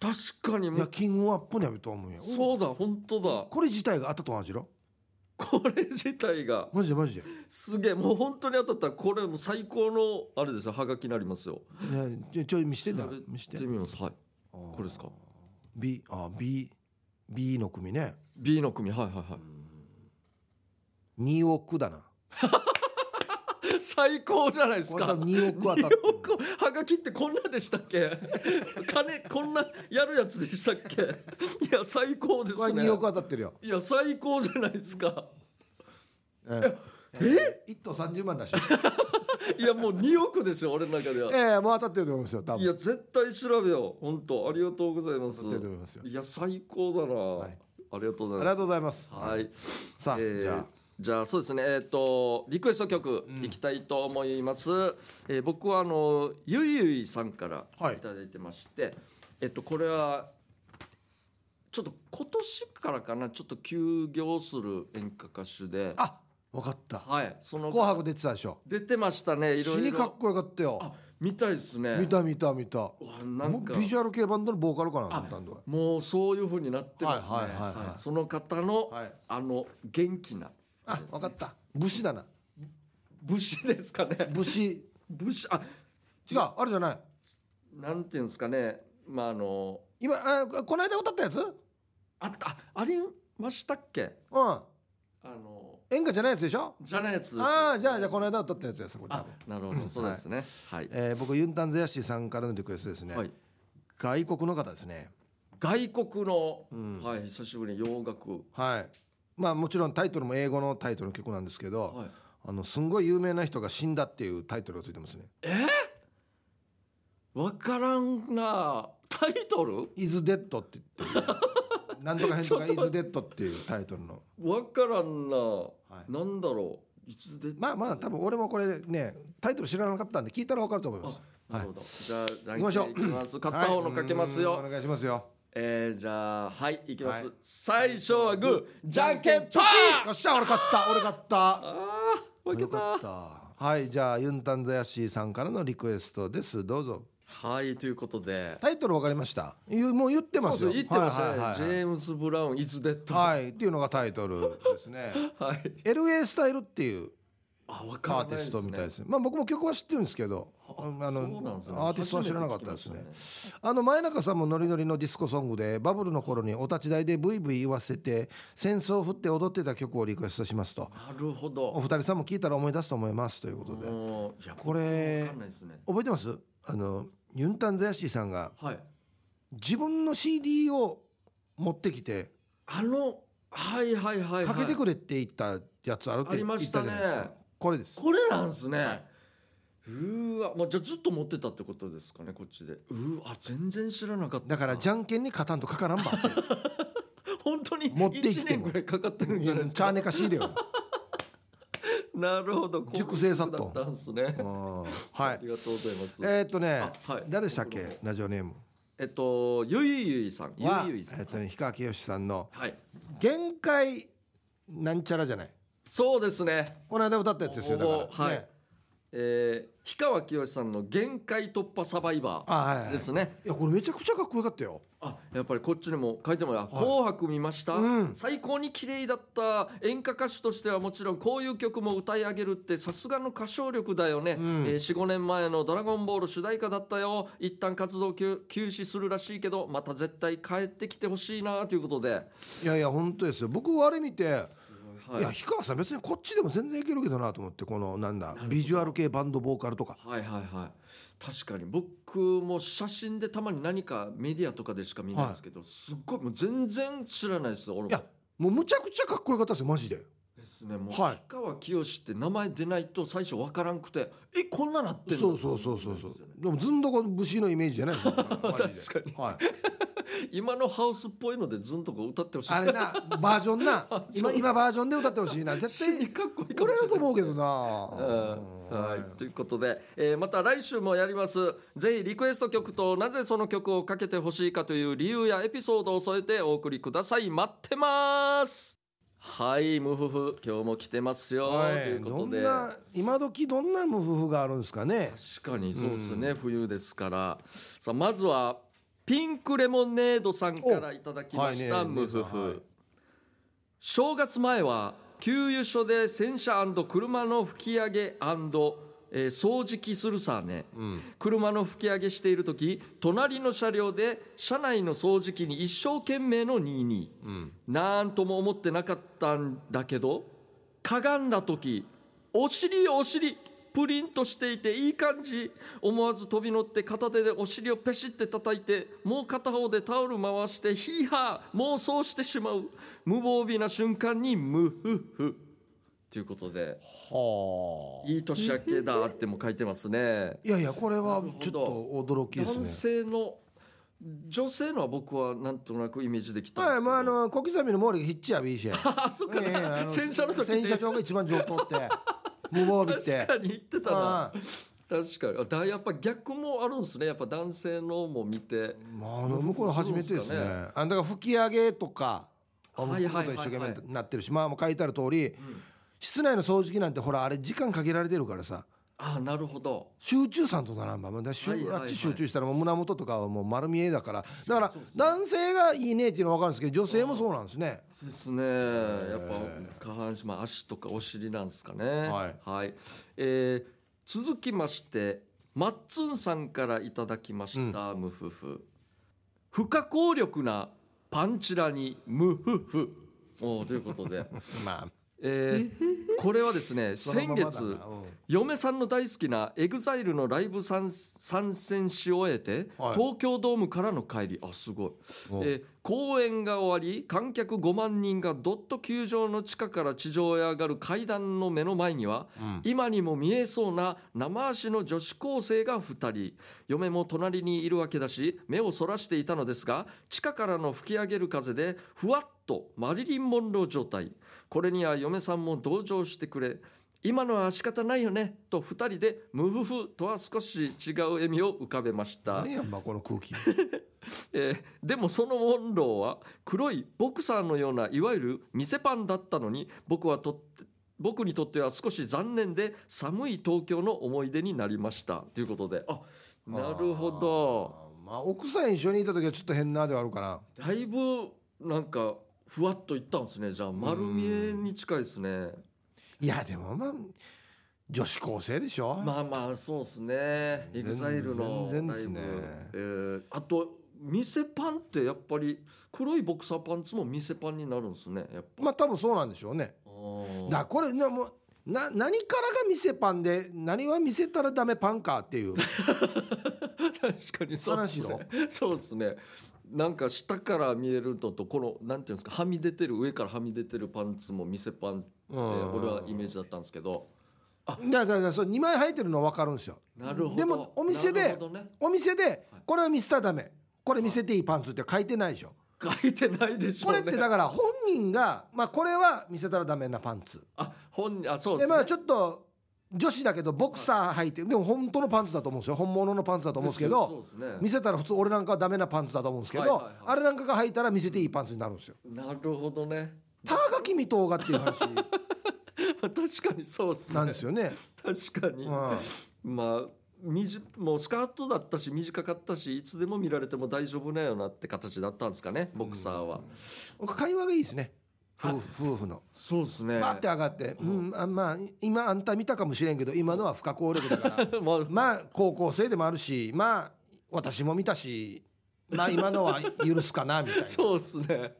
Speaker 1: 確かに
Speaker 2: い
Speaker 1: も
Speaker 2: や
Speaker 1: う。
Speaker 2: キングアップにやると思うよ
Speaker 1: そうだ、本当だ。
Speaker 2: これ自体があったと同じろ
Speaker 1: これ自体が
Speaker 2: マジでマジです
Speaker 1: げえもう本当に当たったらこれもう最高のあれですよハガキになりますよ
Speaker 2: ねちょちょ見してんだ
Speaker 1: 調べ
Speaker 2: 見して
Speaker 1: 行ってみますはい
Speaker 2: こ
Speaker 1: これですか
Speaker 2: B あ B B の組ね
Speaker 1: B の組はいはいは
Speaker 2: 2億だない
Speaker 1: 最高じゃないです
Speaker 2: これ
Speaker 1: か
Speaker 2: 多分2億当たっ
Speaker 1: よ
Speaker 2: てる
Speaker 1: くはがきってこんなでしたっけ 金こんなやるやつでしたっけいや最高で
Speaker 2: これ
Speaker 1: すね
Speaker 2: 2億当たってるよ
Speaker 1: いや最高じゃないですか
Speaker 2: ええ一等30万 らしい
Speaker 1: いやもう2億ですよ俺の中では
Speaker 2: ええもう当たってると思いますよ多
Speaker 1: い
Speaker 2: 分
Speaker 1: や絶対調べよう本当ありがとうございま
Speaker 2: 当
Speaker 1: す
Speaker 2: たってると思いますよ
Speaker 1: いや最高だな、
Speaker 2: い
Speaker 1: ありがとうござ
Speaker 2: あり
Speaker 1: いま
Speaker 2: が
Speaker 1: す
Speaker 2: とうございます
Speaker 1: はい
Speaker 2: さあ
Speaker 1: えー
Speaker 2: じゃ
Speaker 1: じゃあそうですねえっ、とリクエスト曲いきたいと思います、えー僕はあのゆいゆいさんから
Speaker 2: はい
Speaker 1: いただいてまして、えっとこれはちょっと今年からかなちょっと休業する演歌歌手で
Speaker 2: ああ分かった
Speaker 1: はいその
Speaker 2: 紅白出てたでしょ
Speaker 1: 出てましたねい
Speaker 2: 死
Speaker 1: ろい
Speaker 2: にかっ
Speaker 1: ろ
Speaker 2: こよかったよ
Speaker 1: あ見たいですね
Speaker 2: 見た見た見た
Speaker 1: うわなんか
Speaker 2: もうビジュアル系バンドのボーカルかなと思ったんだ
Speaker 1: もうそういうふうになってますね、
Speaker 2: はいはいはいはい
Speaker 1: その方の、
Speaker 2: はい
Speaker 1: あの元気な
Speaker 2: あ分かった武士だな
Speaker 1: 武士ですかね
Speaker 2: 武士
Speaker 1: 武士あ
Speaker 2: 違うあれじゃない
Speaker 1: なんていうんですかねまああの
Speaker 2: 今あこの間歌ったやつうん
Speaker 1: あったあありましたっけあの
Speaker 2: 演歌じゃないやつでしょ
Speaker 1: じゃないやつです
Speaker 2: ああじゃあじゃあこの間歌ったやつですこれ多
Speaker 1: あ
Speaker 2: 分
Speaker 1: なるほどそうですねはい、
Speaker 2: えー僕ユンタンゼヤシーさんからのリクエストですね、
Speaker 1: はい、
Speaker 2: 外国の方ですね
Speaker 1: 外国の、
Speaker 2: うん
Speaker 1: はい久しぶりに洋楽
Speaker 2: はいまあもちろんタイトルも英語のタイトルの曲なんですけど、
Speaker 1: はい
Speaker 2: あのすんごい有名な人が死んだっていうタイトルがついてますね
Speaker 1: わからんなタイトル
Speaker 2: 「イズデッド」って言っ てるなんとか変とか「イズデッド」っていうタイトルの、
Speaker 1: わからんな、
Speaker 2: はい
Speaker 1: なんだろういつで
Speaker 2: まあまあ多分俺もこれねタイトル知らなかったんで聞いたら分かると思います
Speaker 1: あなるほど、じゃあラン
Speaker 2: 行きまし
Speaker 1: キ
Speaker 2: ょ
Speaker 1: ン
Speaker 2: う
Speaker 1: グいきます片方のかけますよ、
Speaker 2: はいうんお願いしますよ
Speaker 1: えー、じゃあはいいきます、
Speaker 2: はい
Speaker 1: 最初はグーじゃんけんパー
Speaker 2: よっしゃ俺勝った俺勝った
Speaker 1: あー負け
Speaker 2: よ
Speaker 1: た
Speaker 2: かったはいじゃあユンタンザヤシーさんからのリクエストですどうぞ
Speaker 1: はいということで
Speaker 2: タイトルわかりましたゆもう言ってます
Speaker 1: そうそ
Speaker 2: よ
Speaker 1: う言ってましたね、
Speaker 2: はいはい
Speaker 1: ジ
Speaker 2: はいはい
Speaker 1: ェームズ・ブラウン・イズ・デッドは
Speaker 2: はいっていうのがタイトルです ね
Speaker 1: い
Speaker 2: LA スタイルっていう
Speaker 1: あ分か
Speaker 2: ア
Speaker 1: ら
Speaker 2: ー
Speaker 1: ないで
Speaker 2: ティ
Speaker 1: す、ね、
Speaker 2: ストみたいですまあ僕も曲は知ってるんですけどあの
Speaker 1: あそうなんですね
Speaker 2: アーティストは知らなかったです
Speaker 1: 初
Speaker 2: ね
Speaker 1: めて聞きまし
Speaker 2: あの前中さんもノリノリのディスコソングでバブルの頃にお立ち台でブイブイ言わせて戦争を振って踊ってた曲をリクエストしますと
Speaker 1: たねなるほ
Speaker 2: お
Speaker 1: ど
Speaker 2: 二人さんも聞いたら思い出すと思いますということで
Speaker 1: もういや
Speaker 2: これ
Speaker 1: 分かんないですね
Speaker 2: 覚えてますあのユンタンザヤシーさんが
Speaker 1: はい
Speaker 2: 自分の CD を持ってきて
Speaker 1: あのはいはいはい、はい、
Speaker 2: かけてくれって言ったやつあるって
Speaker 1: あり
Speaker 2: 言
Speaker 1: ま
Speaker 2: った
Speaker 1: し
Speaker 2: じ
Speaker 1: た
Speaker 2: ゃ
Speaker 1: ね
Speaker 2: ないですかこれです
Speaker 1: これなんですね、うーわ、まあ、じゃあずっと持ってたってことですかねこっちでうーわ全然知らなかった
Speaker 2: だからじゃんけんに勝たんと かからんばって
Speaker 1: 本当に
Speaker 2: 持ってきて
Speaker 1: 1年ぐらいかかってるん
Speaker 2: チ
Speaker 1: じゃ
Speaker 2: ャ
Speaker 1: ないですか
Speaker 2: ーネカ CD よ
Speaker 1: なるほどこういう
Speaker 2: 熟成砂糖
Speaker 1: だったんですね
Speaker 2: うんは
Speaker 1: あ
Speaker 2: い
Speaker 1: りがとうございます。
Speaker 2: えーっとね
Speaker 1: あはい
Speaker 2: 誰でしたっけラジオネーム
Speaker 1: えっと、ゆいゆいさん。ゆ
Speaker 2: はい
Speaker 1: ゆ
Speaker 2: え
Speaker 1: いさん。
Speaker 2: ーっとね氷川きよしさんの
Speaker 1: はい。
Speaker 2: 「限界なんちゃら」じゃない
Speaker 1: そうですね。
Speaker 2: この間歌ったやつですよだ
Speaker 1: ほぼ
Speaker 2: から
Speaker 1: はい
Speaker 2: ね
Speaker 1: えー、氷川きよしさんの「限界突破サバイバ
Speaker 2: あはい、
Speaker 1: ー」
Speaker 2: はい、
Speaker 1: ですね、
Speaker 2: いやこれめちゃくちゃかっこよかったよ
Speaker 1: あやっぱりこっちにも書いてもらう「紅白」見ました、
Speaker 2: うん
Speaker 1: 最高に綺麗だった演歌歌手としてはもちろんこういう曲も歌い上げるってさすがの歌唱力だよね、
Speaker 2: うん
Speaker 1: えー45年前の「ドラゴンボール」主題歌だったよ一旦活動休休止するらしいけどまた絶対帰ってきてほしいなということで、
Speaker 2: いやいや本当ですよ僕あれ見ていや
Speaker 1: はい、
Speaker 2: 氷川さん別にこっちでも全然いけるけどなと思ってこのなんだビジュアル系バンドボーカルとか
Speaker 1: はいはいはい確かに僕も写真でたまに何かメディアとかでしか見ないんですけど、すっごいもう全然知らないです俺も
Speaker 2: いやもうむちゃくちゃかっこよかったですよマジで
Speaker 1: ですねもう氷
Speaker 2: はい
Speaker 1: 川きよしって名前出ないと最初わからんくてえこんななってんの
Speaker 2: そうそうそうそうそうでもずんどこ武士のイメー ジじゃないですよ
Speaker 1: 確か
Speaker 2: に、はい、
Speaker 1: 今のハウスっぽいのでずんとこう歌ってほしい
Speaker 2: あれなバージョン な今今バージョンで歌ってほしいな絶
Speaker 1: 死に
Speaker 2: 対
Speaker 1: かっこいいか
Speaker 2: 売
Speaker 1: もしれ
Speaker 2: れ
Speaker 1: な
Speaker 2: る
Speaker 1: い
Speaker 2: と思うけどな
Speaker 1: は
Speaker 2: はい
Speaker 1: い、ということで、えーまた来週もやりますぜひリクエスト曲となぜその曲をかけてほしいかという理由やエピソードを添えてお送りください待ってますはいムフフ今日も来てますよ、
Speaker 2: はい
Speaker 1: というこ
Speaker 2: ど
Speaker 1: とで
Speaker 2: んな今時どんな無夫婦があるんですかね
Speaker 1: 確かにそうですね、冬ですからさあまずはピンクレモネードさんからいただきました、
Speaker 2: おはいね
Speaker 1: ムフ
Speaker 2: 姉さん
Speaker 1: フ、
Speaker 2: はい
Speaker 1: 正月前は給油所で洗車車の吹き上げ、えー掃除機するさね、車の吹き上げしている時隣の車両で車内の掃除機に一生懸命の22、なんとも思ってなかったんだけどかがんだ時お尻お尻プリンとしていていい感じ思わず飛び乗って片手でお尻をペシって叩いてもう片方でタオル回してヒーハー妄想してしまう無防備な瞬間にムフフということで
Speaker 2: はあ
Speaker 1: いい年明けだっても書いてますね
Speaker 2: いやいやこれ
Speaker 1: なる
Speaker 2: は
Speaker 1: ほど
Speaker 2: ちょっと驚きです
Speaker 1: 男
Speaker 2: ね
Speaker 1: 性の女性のは僕はなんとなくイメージできたんです
Speaker 2: は
Speaker 1: け
Speaker 2: い、
Speaker 1: ど
Speaker 2: まあ、あの小刻みの毛利がヒッチやびいし。
Speaker 1: あそっか
Speaker 2: ええあ
Speaker 1: な
Speaker 2: の
Speaker 1: 洗車の時って
Speaker 2: 洗車場が一番上等 って。無防備って。
Speaker 1: 確かに言ってたな
Speaker 2: ああ
Speaker 1: 確かにあだやっぱ逆もあるんですねやっぱ男性のも見て
Speaker 2: まあ、あの向こうの初めてです
Speaker 1: そう
Speaker 2: ね。
Speaker 1: です
Speaker 2: あだから吹き上げとか。あ
Speaker 1: は
Speaker 2: の
Speaker 1: い
Speaker 2: 吹く
Speaker 1: は
Speaker 2: こ
Speaker 1: い
Speaker 2: と一生懸
Speaker 1: はいは
Speaker 2: 命なってるし、まあ、もう書いてある通り、室内の掃除機なんて、ほら、あれ時間限られてるからさ。
Speaker 1: あなるほど
Speaker 2: 集中さんとならんば、まあだしゅ
Speaker 1: はいはいはい
Speaker 2: あっち集中したらもう胸元とかはもう丸見えだからだから
Speaker 1: そうですね
Speaker 2: 男性がいいねっていうのは分かるんですけど女性もそうなんですね
Speaker 1: そうですねやっぱ下半身、まあ、足とかお尻なんですかね
Speaker 2: は
Speaker 1: えー続きましてマッツンさんからいただきました、ムフフ不可抗力なパンチラにムフフおーということで、
Speaker 2: まあ
Speaker 1: えーこれはですね
Speaker 2: その
Speaker 1: 先
Speaker 2: ままだな
Speaker 1: 月
Speaker 2: うん
Speaker 1: 嫁さんの大好きなエグザイルのライブ参参戦し終えて、
Speaker 2: はい
Speaker 1: 東京ドームからの帰りあすごい、
Speaker 2: お
Speaker 1: えー公演が終わり観客5万人がどっと球場の地下から地上へ上がる階段の目の前には、
Speaker 2: うん
Speaker 1: 今にも見えそうな生足の女子高生が2人嫁も隣にいるわけだし目をそらしていたのですが地下からの吹き上げる風でふわっとマリリン・モンロー状態これには嫁さんも同情してくれ今のは仕方ないよねと2人でムフフとは少し違う笑みを浮かべました
Speaker 2: 何やんばこの空気
Speaker 1: えーでもそのモンローは黒いボクサーのようないわゆる店パンだったのに僕はとって僕にとっては少し残念で寒い東京の思い出になりましたということであなるほど
Speaker 2: あー。まあ奥さん一緒にいた時はちょっと変なではあるから。
Speaker 1: だいぶなんかふわっといったんですねじゃあ丸見えに近いですね
Speaker 2: いやでもまあ女子高生でしょ。
Speaker 1: まあまあそうですねエ
Speaker 2: 全
Speaker 1: グザイルのライ
Speaker 2: 全然
Speaker 1: ブ、
Speaker 2: ですね
Speaker 1: えーあと店パンってやっぱり黒いボクサーパンツも店パンになるんですねやっぱ、
Speaker 2: まあ多分そうなんでしょうね。
Speaker 1: あー
Speaker 2: だからこれなもうな何からが見せパンで何は見せたらダメパンかっ ていう。
Speaker 1: 確かにそうですね
Speaker 2: 話。
Speaker 1: そうですね。なんか下から見えるのとこのなんていうんですかはみ出てる上からはみ出てるパンツも店パンって
Speaker 2: うん
Speaker 1: 俺はイメージだったんですけど。
Speaker 2: だからだからそう二枚入ってるの分かるんですよ。
Speaker 1: なるほど。
Speaker 2: でもお店で
Speaker 1: なるほどね
Speaker 2: お店でこれは見せたらダメ。これ見せていいパンツって書いてないでしょ。
Speaker 1: 書いてないでしょ
Speaker 2: こ
Speaker 1: う
Speaker 2: れ
Speaker 1: ね。
Speaker 2: ってだから本人がまあこれは見せたらダメなパンツ。
Speaker 1: あ本あそうで
Speaker 2: です
Speaker 1: ね。
Speaker 2: まあちょっと女子だけどボクサー履いてでも本当のパンツだと思うんですよ本物のパンツだと思うんですけど
Speaker 1: そうです
Speaker 2: 見
Speaker 1: ね。
Speaker 2: せたら普通俺なんかはダメなパンツだと思うんですけ
Speaker 1: はいはいは
Speaker 2: ど
Speaker 1: い
Speaker 2: あれなんかが履いた ら見せていいパンツになるんですよ。
Speaker 1: なるほどね。
Speaker 2: たが君とうがっていう話
Speaker 1: 確かにそうですね
Speaker 2: なんですよね。
Speaker 1: 確かに、
Speaker 2: うん
Speaker 1: まあみじもうスカートだったし短かったしいつでも見られても大丈夫なよなって形だったんですかねボクサーは、
Speaker 2: 会話がいいですね
Speaker 1: あ
Speaker 2: 夫婦夫婦の。
Speaker 1: そうですね
Speaker 2: バって上がって、
Speaker 1: う
Speaker 2: うんん、あまあ今あんた見たかもしれんけど今のは不可抗力だから
Speaker 1: まあ
Speaker 2: まあ高校生でもあるしまあ私も見たしまあ今のは許すかなみたい な。
Speaker 1: そうですね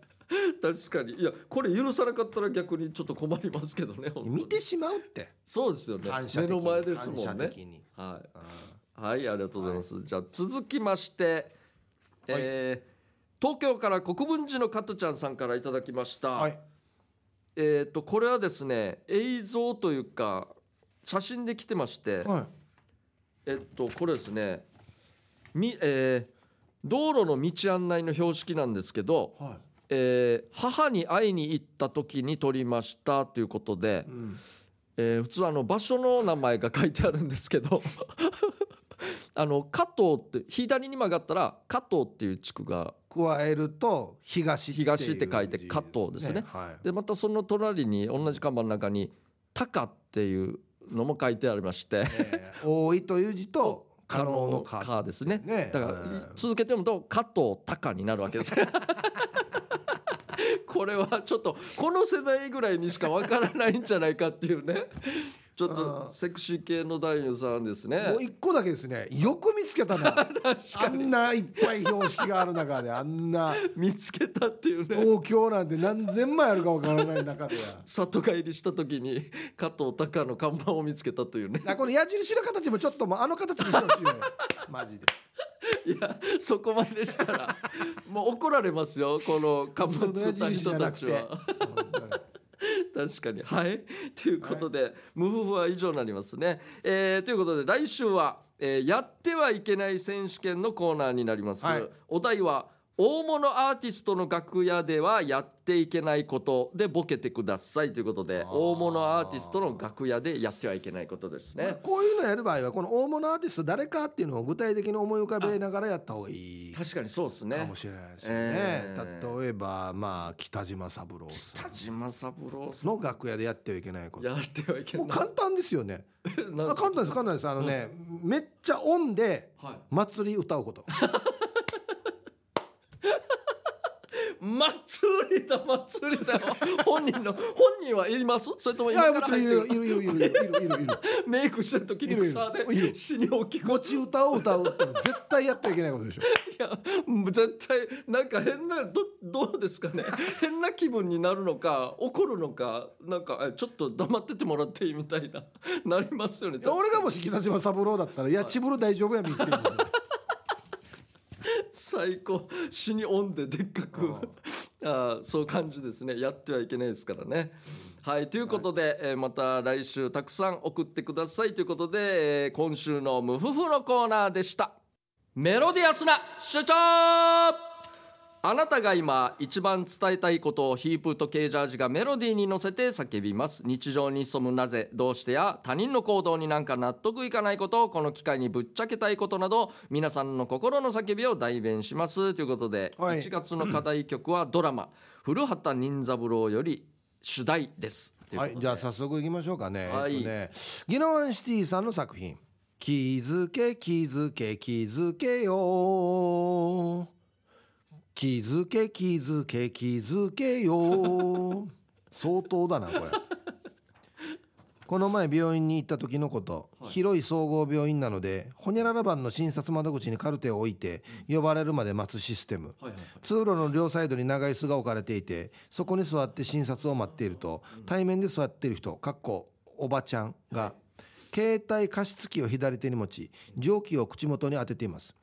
Speaker 1: 確かにいやこれ許さなかったら逆にちょっと困りますけどね本当に
Speaker 2: 見てしまうって
Speaker 1: そうですよね
Speaker 2: 反射
Speaker 1: 目
Speaker 2: 的に
Speaker 1: の前ですも
Speaker 2: 反
Speaker 1: ん
Speaker 2: 射
Speaker 1: ね
Speaker 2: 的に
Speaker 1: は
Speaker 2: うん
Speaker 1: い、はい、ありがとうございます、じゃあ続きまして、えー東京から国分寺の加トちゃんさんからいただきました、
Speaker 2: はい
Speaker 1: えー、とこれはですね映像というか写真で来てまして、
Speaker 2: はい
Speaker 1: えっとこれですねみ、えー道路の道案内の標識なんですけど、
Speaker 2: は
Speaker 1: えー母に会いに行った時に撮りましたということで
Speaker 2: い、うん
Speaker 1: えー普通あの場所の名前が書いてあるんですけど あの加藤って左に曲がったら加藤っていう地区が
Speaker 2: 加えると東いう
Speaker 1: 東って書いて加藤ですね
Speaker 2: はい
Speaker 1: でまたその隣に同じ看板の中に「タカ」っていうのも書いてありまして
Speaker 2: えー多いという字と可能の
Speaker 1: 可能
Speaker 2: 可
Speaker 1: 可ですね
Speaker 2: ね
Speaker 1: だから、
Speaker 2: うん
Speaker 1: 続けて読むと「加藤タカ」になるわけです これはちょっとこの世代ぐらいにしかわからないんじゃないかっていうねちょっと
Speaker 2: うん
Speaker 1: セクシー系の男優さんですね
Speaker 2: もう一個だけですねよく見つけたな
Speaker 1: 確か
Speaker 2: あ
Speaker 1: に
Speaker 2: んないっぱい標識がある中であ んな
Speaker 1: 見つけたっていうね
Speaker 2: 東京なんて何千枚あるかわからない中で
Speaker 1: 里帰りした時に加藤タカの看板を見つけたというね
Speaker 2: なこの矢印の形もちょっともうあの形にしてほしい よねマジで
Speaker 1: いやそこまでしたらもう怒られますよこの看板
Speaker 2: 普通
Speaker 1: 作
Speaker 2: の矢
Speaker 1: った
Speaker 2: 印じ
Speaker 1: 人
Speaker 2: ゃ
Speaker 1: た
Speaker 2: なく
Speaker 1: ち
Speaker 2: て
Speaker 1: は。確かにはい ということで、無夫婦は以上になりますね、えーということで来週は、えーやってはいけない選手権のコーナーになります、
Speaker 2: はい
Speaker 1: お題は大物アーティストの楽屋ではやっていけないことでボケてくださいということで
Speaker 2: あー
Speaker 1: 大物アーティストの楽屋でやってはいけないことです
Speaker 2: まあ
Speaker 1: ね
Speaker 2: こういうのやる場合はこの大物アーティスト誰かっていうのを具体的に思い浮かべながらやった方がいいか
Speaker 1: 確かにそうですね
Speaker 2: もしれないですよね
Speaker 1: えー
Speaker 2: 例えばまあ北島三郎さ
Speaker 1: 田島三郎さ
Speaker 2: んの楽屋でやってはいけないこ
Speaker 1: ん
Speaker 2: と
Speaker 1: やってはいけな
Speaker 2: も
Speaker 1: いう
Speaker 2: 簡単ですよね
Speaker 1: なん
Speaker 2: あ
Speaker 1: すか
Speaker 2: 簡単です簡単ですあのねめっちゃオンで
Speaker 1: はい
Speaker 2: 祭り歌うこと
Speaker 1: 祭りだ祭りだよ本人の本人はいますそれとも
Speaker 2: い
Speaker 1: 今
Speaker 2: や
Speaker 1: か
Speaker 2: も
Speaker 1: ら
Speaker 2: ちろん
Speaker 1: 入っ
Speaker 2: いる
Speaker 1: てく
Speaker 2: よいるいるいるいるいるいるいる
Speaker 1: メイクしてる時に
Speaker 2: いる
Speaker 1: 草で
Speaker 2: いる
Speaker 1: 死に大きくい
Speaker 2: 持ち歌を歌うってのは絶対やってはいけないことでしょ
Speaker 1: や絶対なんか変などどうですかね 変な気分になるのか怒るのかなんかえちょっと黙っててもらっていいみたいな なりますよね
Speaker 2: いや俺がもし北島三郎だったら「いやちぶる大丈夫やみ」って言うんですよ
Speaker 1: 最高死にオンででっかく あーそういう感じですねやってはいけないですからね。はいということで、えーまた来週たくさん送ってくださいということで、えー今週の「ムフフ」のコーナーでした。メロディアスな主張あなたが今一番伝えたいことをヒープとケージャージがメロディーに乗せて叫びます日常に潜むなぜどうしてや他人の行動になんか納得いかないことをこの機会にぶっちゃけたいことなど皆さんの心の叫びを代弁しますということで、
Speaker 2: はい
Speaker 1: 1月の課題曲はドラマ「古畑任三郎」より主題ですというこ
Speaker 2: は
Speaker 1: とで
Speaker 2: い、じゃあ早速いきましょうかね。
Speaker 1: はい
Speaker 2: えっとね、ギノワンシティさんの作品。気づけ気づけ気づけよ。気づけ気づけ気づけよ。相当だなこれ。この前病院に行った時のこと、
Speaker 1: はい
Speaker 2: 広い総合病院なのでホニャララ版の診察窓口にカルテを置いて呼ばれるまで待つシステム、
Speaker 1: はいはいはい
Speaker 2: 通路の両サイドに長い巣が置かれていてそこに座って診察を待っていると対面で座っている人かっこおばちゃんが携帯加湿器を左手に持ち蒸気を口元に当てています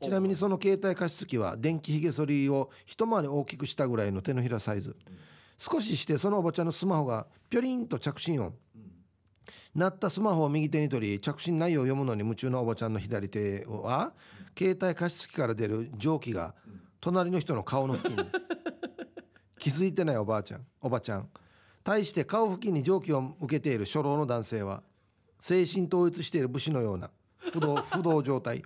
Speaker 2: ちなみにその携帯加湿器は電気ひげ剃りを一回り大きくしたぐらいの手のひらサイズ少ししてそのおばちゃんのスマホがぴょりんと着信音鳴ったスマホを右手に取り着信内容を読むのに夢中のおばちゃんの左手は携帯加湿器から出る蒸気が隣の人の顔の付近に 気づいてないおばあちゃんおばちゃん対して顔付近に蒸気を受けている初老の男 性は精神統一している武士のような不動不動状態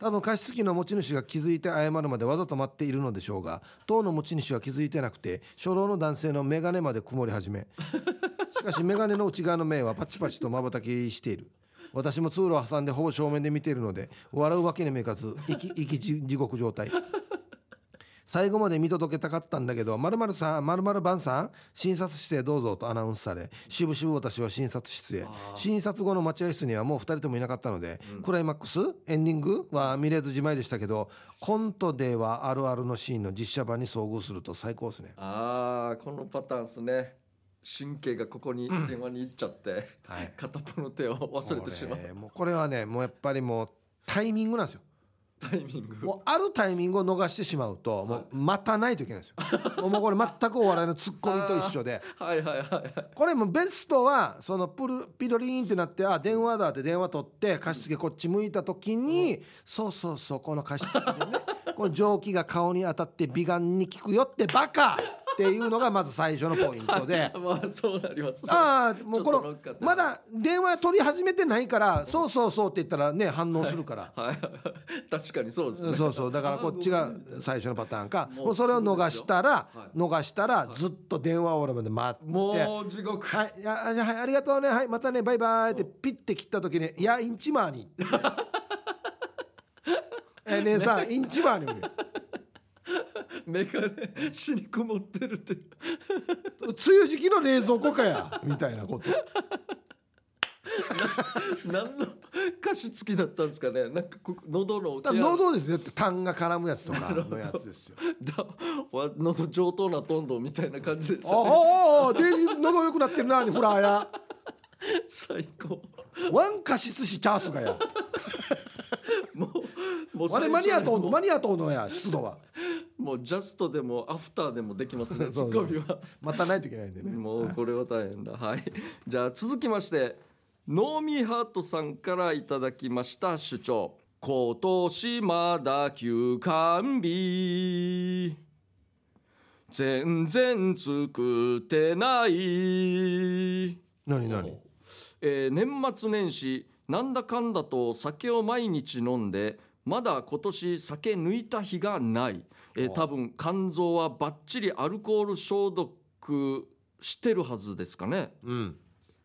Speaker 2: 多分加湿器の持ち主が気づいて謝るまでわざと待っているのでしょうが当の持ち主は気づいてなくて初老の男性の眼鏡まで曇り始めしかし眼鏡の内側の目はパチパチとまばたきしている私も通路を挟んでほぼ正面で見ているので笑うわけにもいかず生き 生き地獄状態最後まで見届けたかったんだけど「まるさんまる晩さん診察室へどうぞ」とアナウンスされしぶしぶ私は診察室へ診察後の待合室にはもう2人ともいなかったので、クライマックスエンディングは見れずじまいでしたけどコントではあるあるのシーンの実写版に遭遇すると最高ですね
Speaker 1: ああこのパターンですね神経がここに電話に行っちゃって、片っぽの手を忘れてしまう
Speaker 2: これもうこれはねもうやっぱりもうタイミングなんですよ
Speaker 1: タイミング
Speaker 2: もうあるタイミングを逃してしまうともう待たないといけないんです よもうこれ全くお笑いのツッコミと一緒で
Speaker 1: はいはいはいはい
Speaker 2: これもベストはそのプルピロリーンってなってあ電話だって電話取って加湿器こっち向いた時に、そうそうそうこの加湿器でねこの蒸気が顔に当たって美顔に効くよってバカっていうのがまず最初のポイントで
Speaker 1: まあそうなります
Speaker 2: ああもうこ
Speaker 1: ちょっと乗
Speaker 2: の
Speaker 1: っかって
Speaker 2: まだ電話取り始めてないからそうそうそうって言ったらね反応するから。
Speaker 1: はい確かにそうですね
Speaker 2: そうそうだからこっちが最初のパターンかもうそれを逃したら
Speaker 1: すごいです
Speaker 2: 逃したらずっと電話を俺まで待って
Speaker 1: もう地獄
Speaker 2: はい、いやあじゃあはい、ありがとうね、はい、またね、バイバイってピッて切った時に、いや、インチマー に。え、姉さん、インチマーにおるよ。
Speaker 1: 目がね死に曇ってるって
Speaker 2: 梅雨時期の冷蔵庫かや、みたいなこと。
Speaker 1: 何の歌詞付きだったんですかねなんかこ喉の
Speaker 2: 多
Speaker 1: ケア
Speaker 2: 分喉ですね、痰が絡むやつとかのやつですよ。
Speaker 1: だわ喉上等なトンドンみたいな感じでし
Speaker 2: あ
Speaker 1: たね
Speaker 2: あ、ああ、で、喉良くなってるな、 に、ほらや。
Speaker 1: 最高
Speaker 2: ワン加湿しチャースがや。
Speaker 1: もうもう
Speaker 2: あ
Speaker 1: 最初に
Speaker 2: れ、マニアと、マニアとのや、湿度は。
Speaker 1: もうジャストでもアフターでもできますねツ
Speaker 2: そう
Speaker 1: ッ
Speaker 2: そ
Speaker 1: コ
Speaker 2: う
Speaker 1: ミは
Speaker 2: 待たないといけないんでね。
Speaker 1: もうこれは大変だはい じゃあ続きましてノーミーハートさんからいただきました主張今年まだ休館日全然作ってない
Speaker 2: なになに。
Speaker 1: えー年末年始なんだかんだと酒を毎日飲んでまだ今年酒抜いた日がない、えー多分肝臓はバッチリアルコール消毒してるはずですかね、
Speaker 2: うん。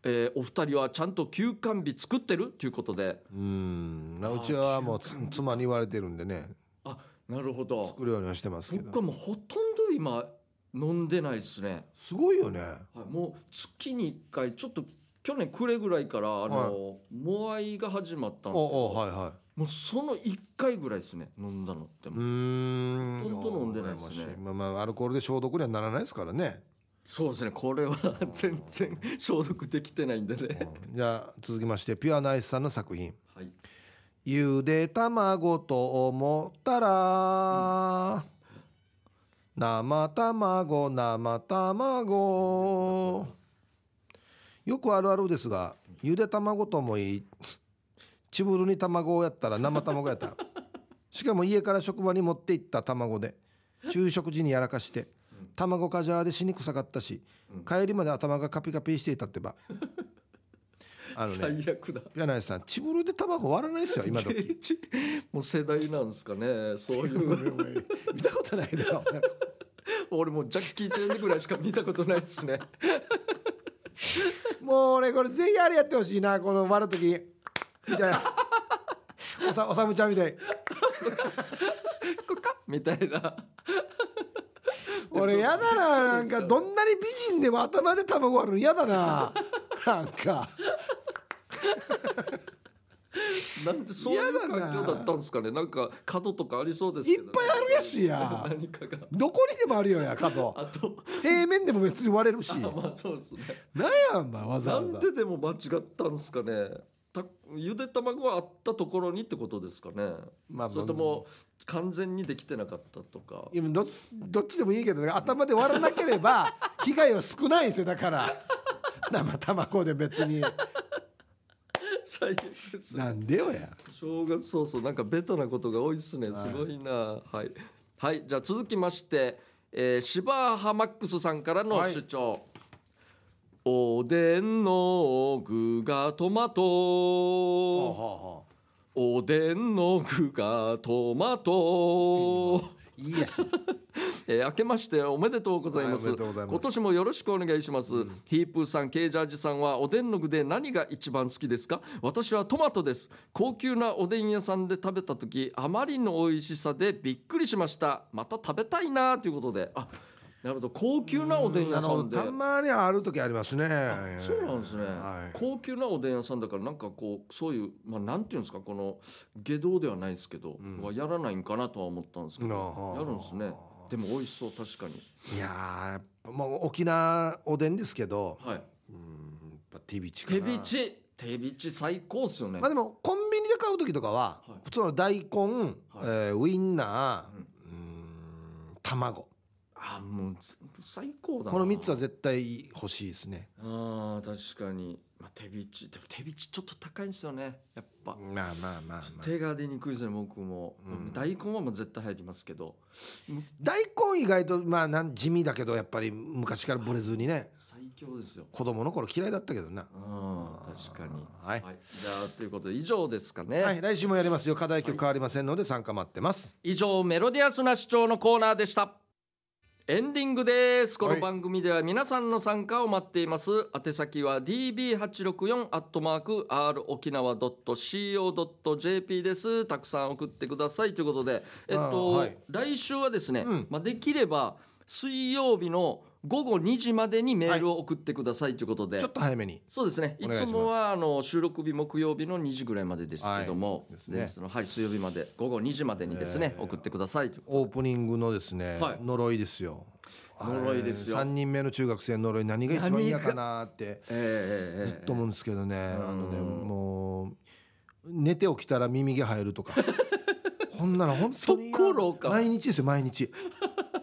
Speaker 1: えーお二人はちゃんと休館日作ってるということで
Speaker 2: うん、なうちはもうつ妻に言われてるんでね
Speaker 1: あなるほど
Speaker 2: 作るようにはしてますけ
Speaker 1: 僕
Speaker 2: ど
Speaker 1: はもうほとんど今飲んでないですね、
Speaker 2: すごいよね
Speaker 1: はい、もう月に1回ちょっと去年暮れぐらいからあの、モアイが始まったんですけど
Speaker 2: おおはいは
Speaker 1: もうその1回ぐらいですね飲んだのって
Speaker 2: いう
Speaker 1: もう
Speaker 2: ーん
Speaker 1: ほとんど飲んでないですね
Speaker 2: 羨ましまあまあアルコールで消毒にはならないですからね、
Speaker 1: そうですねこれは全然消毒できてないんで
Speaker 2: う
Speaker 1: ね
Speaker 2: んじゃあ続きましてピュアナイスさんの作品
Speaker 1: はい
Speaker 2: 「ゆで卵と思ったら、生卵生卵」よくあるあるですがゆで卵ともいいチブルに卵をやったら生卵やったしかも家から職場に持って行った卵で昼食時にやらかして卵かじゃーで死に臭かったし帰りまで頭がカピカピしていたってばあのね
Speaker 1: 最悪だ
Speaker 2: 柳井さんチブルで卵割らないですよ今時
Speaker 1: ケージもう世代なんですかねそういう
Speaker 2: 見たことないだろ
Speaker 1: 俺もうジャッキー・チェンぐらいしか見たことないですね
Speaker 2: もう俺これぜひあれやってほしいなこの割る時みたいなおさおさむちゃんみたい
Speaker 1: こかみたいな
Speaker 2: 俺やだななんかどんなに美人でも頭で卵割るの嫌だななんか
Speaker 1: なんでそういう環境だったんですかねなんか角とかありそうです
Speaker 2: い
Speaker 1: け
Speaker 2: っ
Speaker 1: どね、
Speaker 2: ぱいあるやしや
Speaker 1: 何かが
Speaker 2: どこにでもあるよや角
Speaker 1: あと
Speaker 2: 平面でも別に割れるし
Speaker 1: あまあそうですね
Speaker 2: なんやんばわざ
Speaker 1: な
Speaker 2: わ
Speaker 1: ん
Speaker 2: ざ
Speaker 1: ででも間違ったんですかね。たゆで卵はあったところにってことですかね。
Speaker 2: まあ
Speaker 1: それとも完全にできてなかったとか。
Speaker 2: 今どどっちでもいいけど頭で割らなければ被害は少ないんですよだから生卵で別に
Speaker 1: 最悪ですね。
Speaker 2: なんでよや
Speaker 1: 正月そうそうなんかベタなことが多いですね。すごいな。はいはいじゃあ続きまして、えー、芝浜マックスさんからの
Speaker 2: はい
Speaker 1: 主張。おでんの具がトマト。
Speaker 2: はあはあはあ
Speaker 1: おおでんの具がトマト、
Speaker 2: いいやし
Speaker 1: えー明けましておめでとうございます
Speaker 2: はいおめでとうございます
Speaker 1: 今年もよろしくお願いします、ヒープーさんケージャージさんはおでんの具で何が一番好きですか私はトマトです高級なおでん屋さんで食べた時あまりの美味しさでびっくりしましたまた食べたいなということであなるほど高級なおでん屋さんで
Speaker 2: あのたまにある時ありますね
Speaker 1: そうなんですね、
Speaker 2: はい
Speaker 1: 高級なおでん屋さんだからなんかこうそういう、まあ、なんていうんですかこの下道ではないですけど、
Speaker 2: ん
Speaker 1: はやらないんかなとは思ったんですけど、
Speaker 2: ああ
Speaker 1: やるんですねでも美味しそう確かに
Speaker 2: いやーやっぱもう沖縄おでんですけど、
Speaker 1: はい
Speaker 2: うんやっぱ手びちか
Speaker 1: 手
Speaker 2: な
Speaker 1: びち手びち最高っすよね、
Speaker 2: まあでもコンビニで買う時とかは、
Speaker 1: はい
Speaker 2: 普通の大根、えーウインナ
Speaker 1: う
Speaker 2: ー、
Speaker 1: ん
Speaker 2: うん卵
Speaker 1: あもう全部最高だな
Speaker 2: この3つは絶対欲しいですね
Speaker 1: あー確かに、まあ、手びちでも手びちちょっと高いんですよねやっぱ、
Speaker 2: まあまあまあ、
Speaker 1: 手が出にくいですね僕も、
Speaker 2: うん
Speaker 1: 大根はもう絶対入りますけど
Speaker 2: 大根意外とまあなん地味だけどやっぱり昔からブレずにね
Speaker 1: 最強ですよ
Speaker 2: 子供の頃嫌いだったけどな
Speaker 1: うん確かに
Speaker 2: はい、
Speaker 1: じゃあということで以上ですかね、
Speaker 2: はい、来週もやりますよ課題曲変わりませんので参加待ってます
Speaker 1: 以上メロディアスな主張のコーナーでしたエンディングですこの番組では皆さんの参加を待っています、宛先は db864 アットマーク r 沖縄 .co.jp ですたくさん送ってくださいということでえっ
Speaker 2: あ
Speaker 1: と、
Speaker 2: ーはい
Speaker 1: 来週はですね、
Speaker 2: うん
Speaker 1: まあできれば水曜日の午後2時までにメールを送ってくださいということで、
Speaker 2: ちょっと早めに
Speaker 1: そうですね。
Speaker 2: お
Speaker 1: い
Speaker 2: 願いし
Speaker 1: つ
Speaker 2: ます
Speaker 1: もはあの収録日木曜日の2時ぐらいまでですけども、
Speaker 2: はい
Speaker 1: で
Speaker 2: ですすね
Speaker 1: のはい水曜日まで午後2時までにですね、
Speaker 2: えー
Speaker 1: 送ってくださいと。
Speaker 2: オープニングのですね、
Speaker 1: はい
Speaker 2: 呪いですよ
Speaker 1: 呪いですよ
Speaker 2: 3人目の中学生の呪い何が一番嫌かなって
Speaker 1: え
Speaker 2: ずっと思うんですけどね、あのね
Speaker 1: うん
Speaker 2: もう寝て起きたら耳毛生え るとかこんなの本当に嫌
Speaker 1: そころか
Speaker 2: 毎日ですよ毎日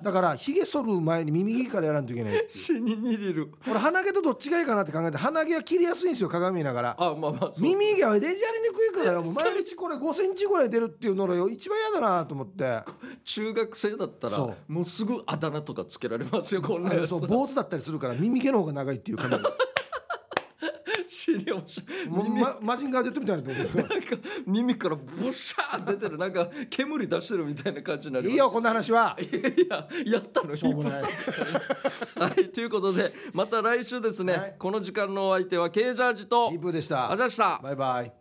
Speaker 2: だからひげ剃る前に耳毛からやらんといけないっていう
Speaker 1: 死ににれる。
Speaker 2: 俺鼻毛とどっちがいいかなって考えて鼻毛は切りやすいんですよ鏡見ながら
Speaker 1: あまあまあそう。
Speaker 2: 耳毛は出じゃりにくいからよもう
Speaker 1: それ
Speaker 2: 毎日これ5センチぐらい出るっていうのよ一番嫌だなと思って
Speaker 1: 中学生だったら
Speaker 2: そ
Speaker 1: もうすぐあだ名とかつけられますよこんな
Speaker 2: あ
Speaker 1: や
Speaker 2: の
Speaker 1: つ
Speaker 2: そ。う坊主だったりするから耳毛の方が長いっていう髪が
Speaker 1: 死に面白い。
Speaker 2: もう
Speaker 1: 耳
Speaker 2: まマジンガー Z みたいなと思って
Speaker 1: なんか耳からブシャー出てるなんか煙出してるみ たいな感じになり
Speaker 2: い
Speaker 1: ま
Speaker 2: い
Speaker 1: す
Speaker 2: よこんな話はい
Speaker 1: やいややったの
Speaker 2: しょうもない
Speaker 1: ヒップさんはいということでまた来週ですね、
Speaker 2: はい
Speaker 1: この時間のお相手はケージャージと
Speaker 2: リープーでした
Speaker 1: あざした
Speaker 2: バイバイ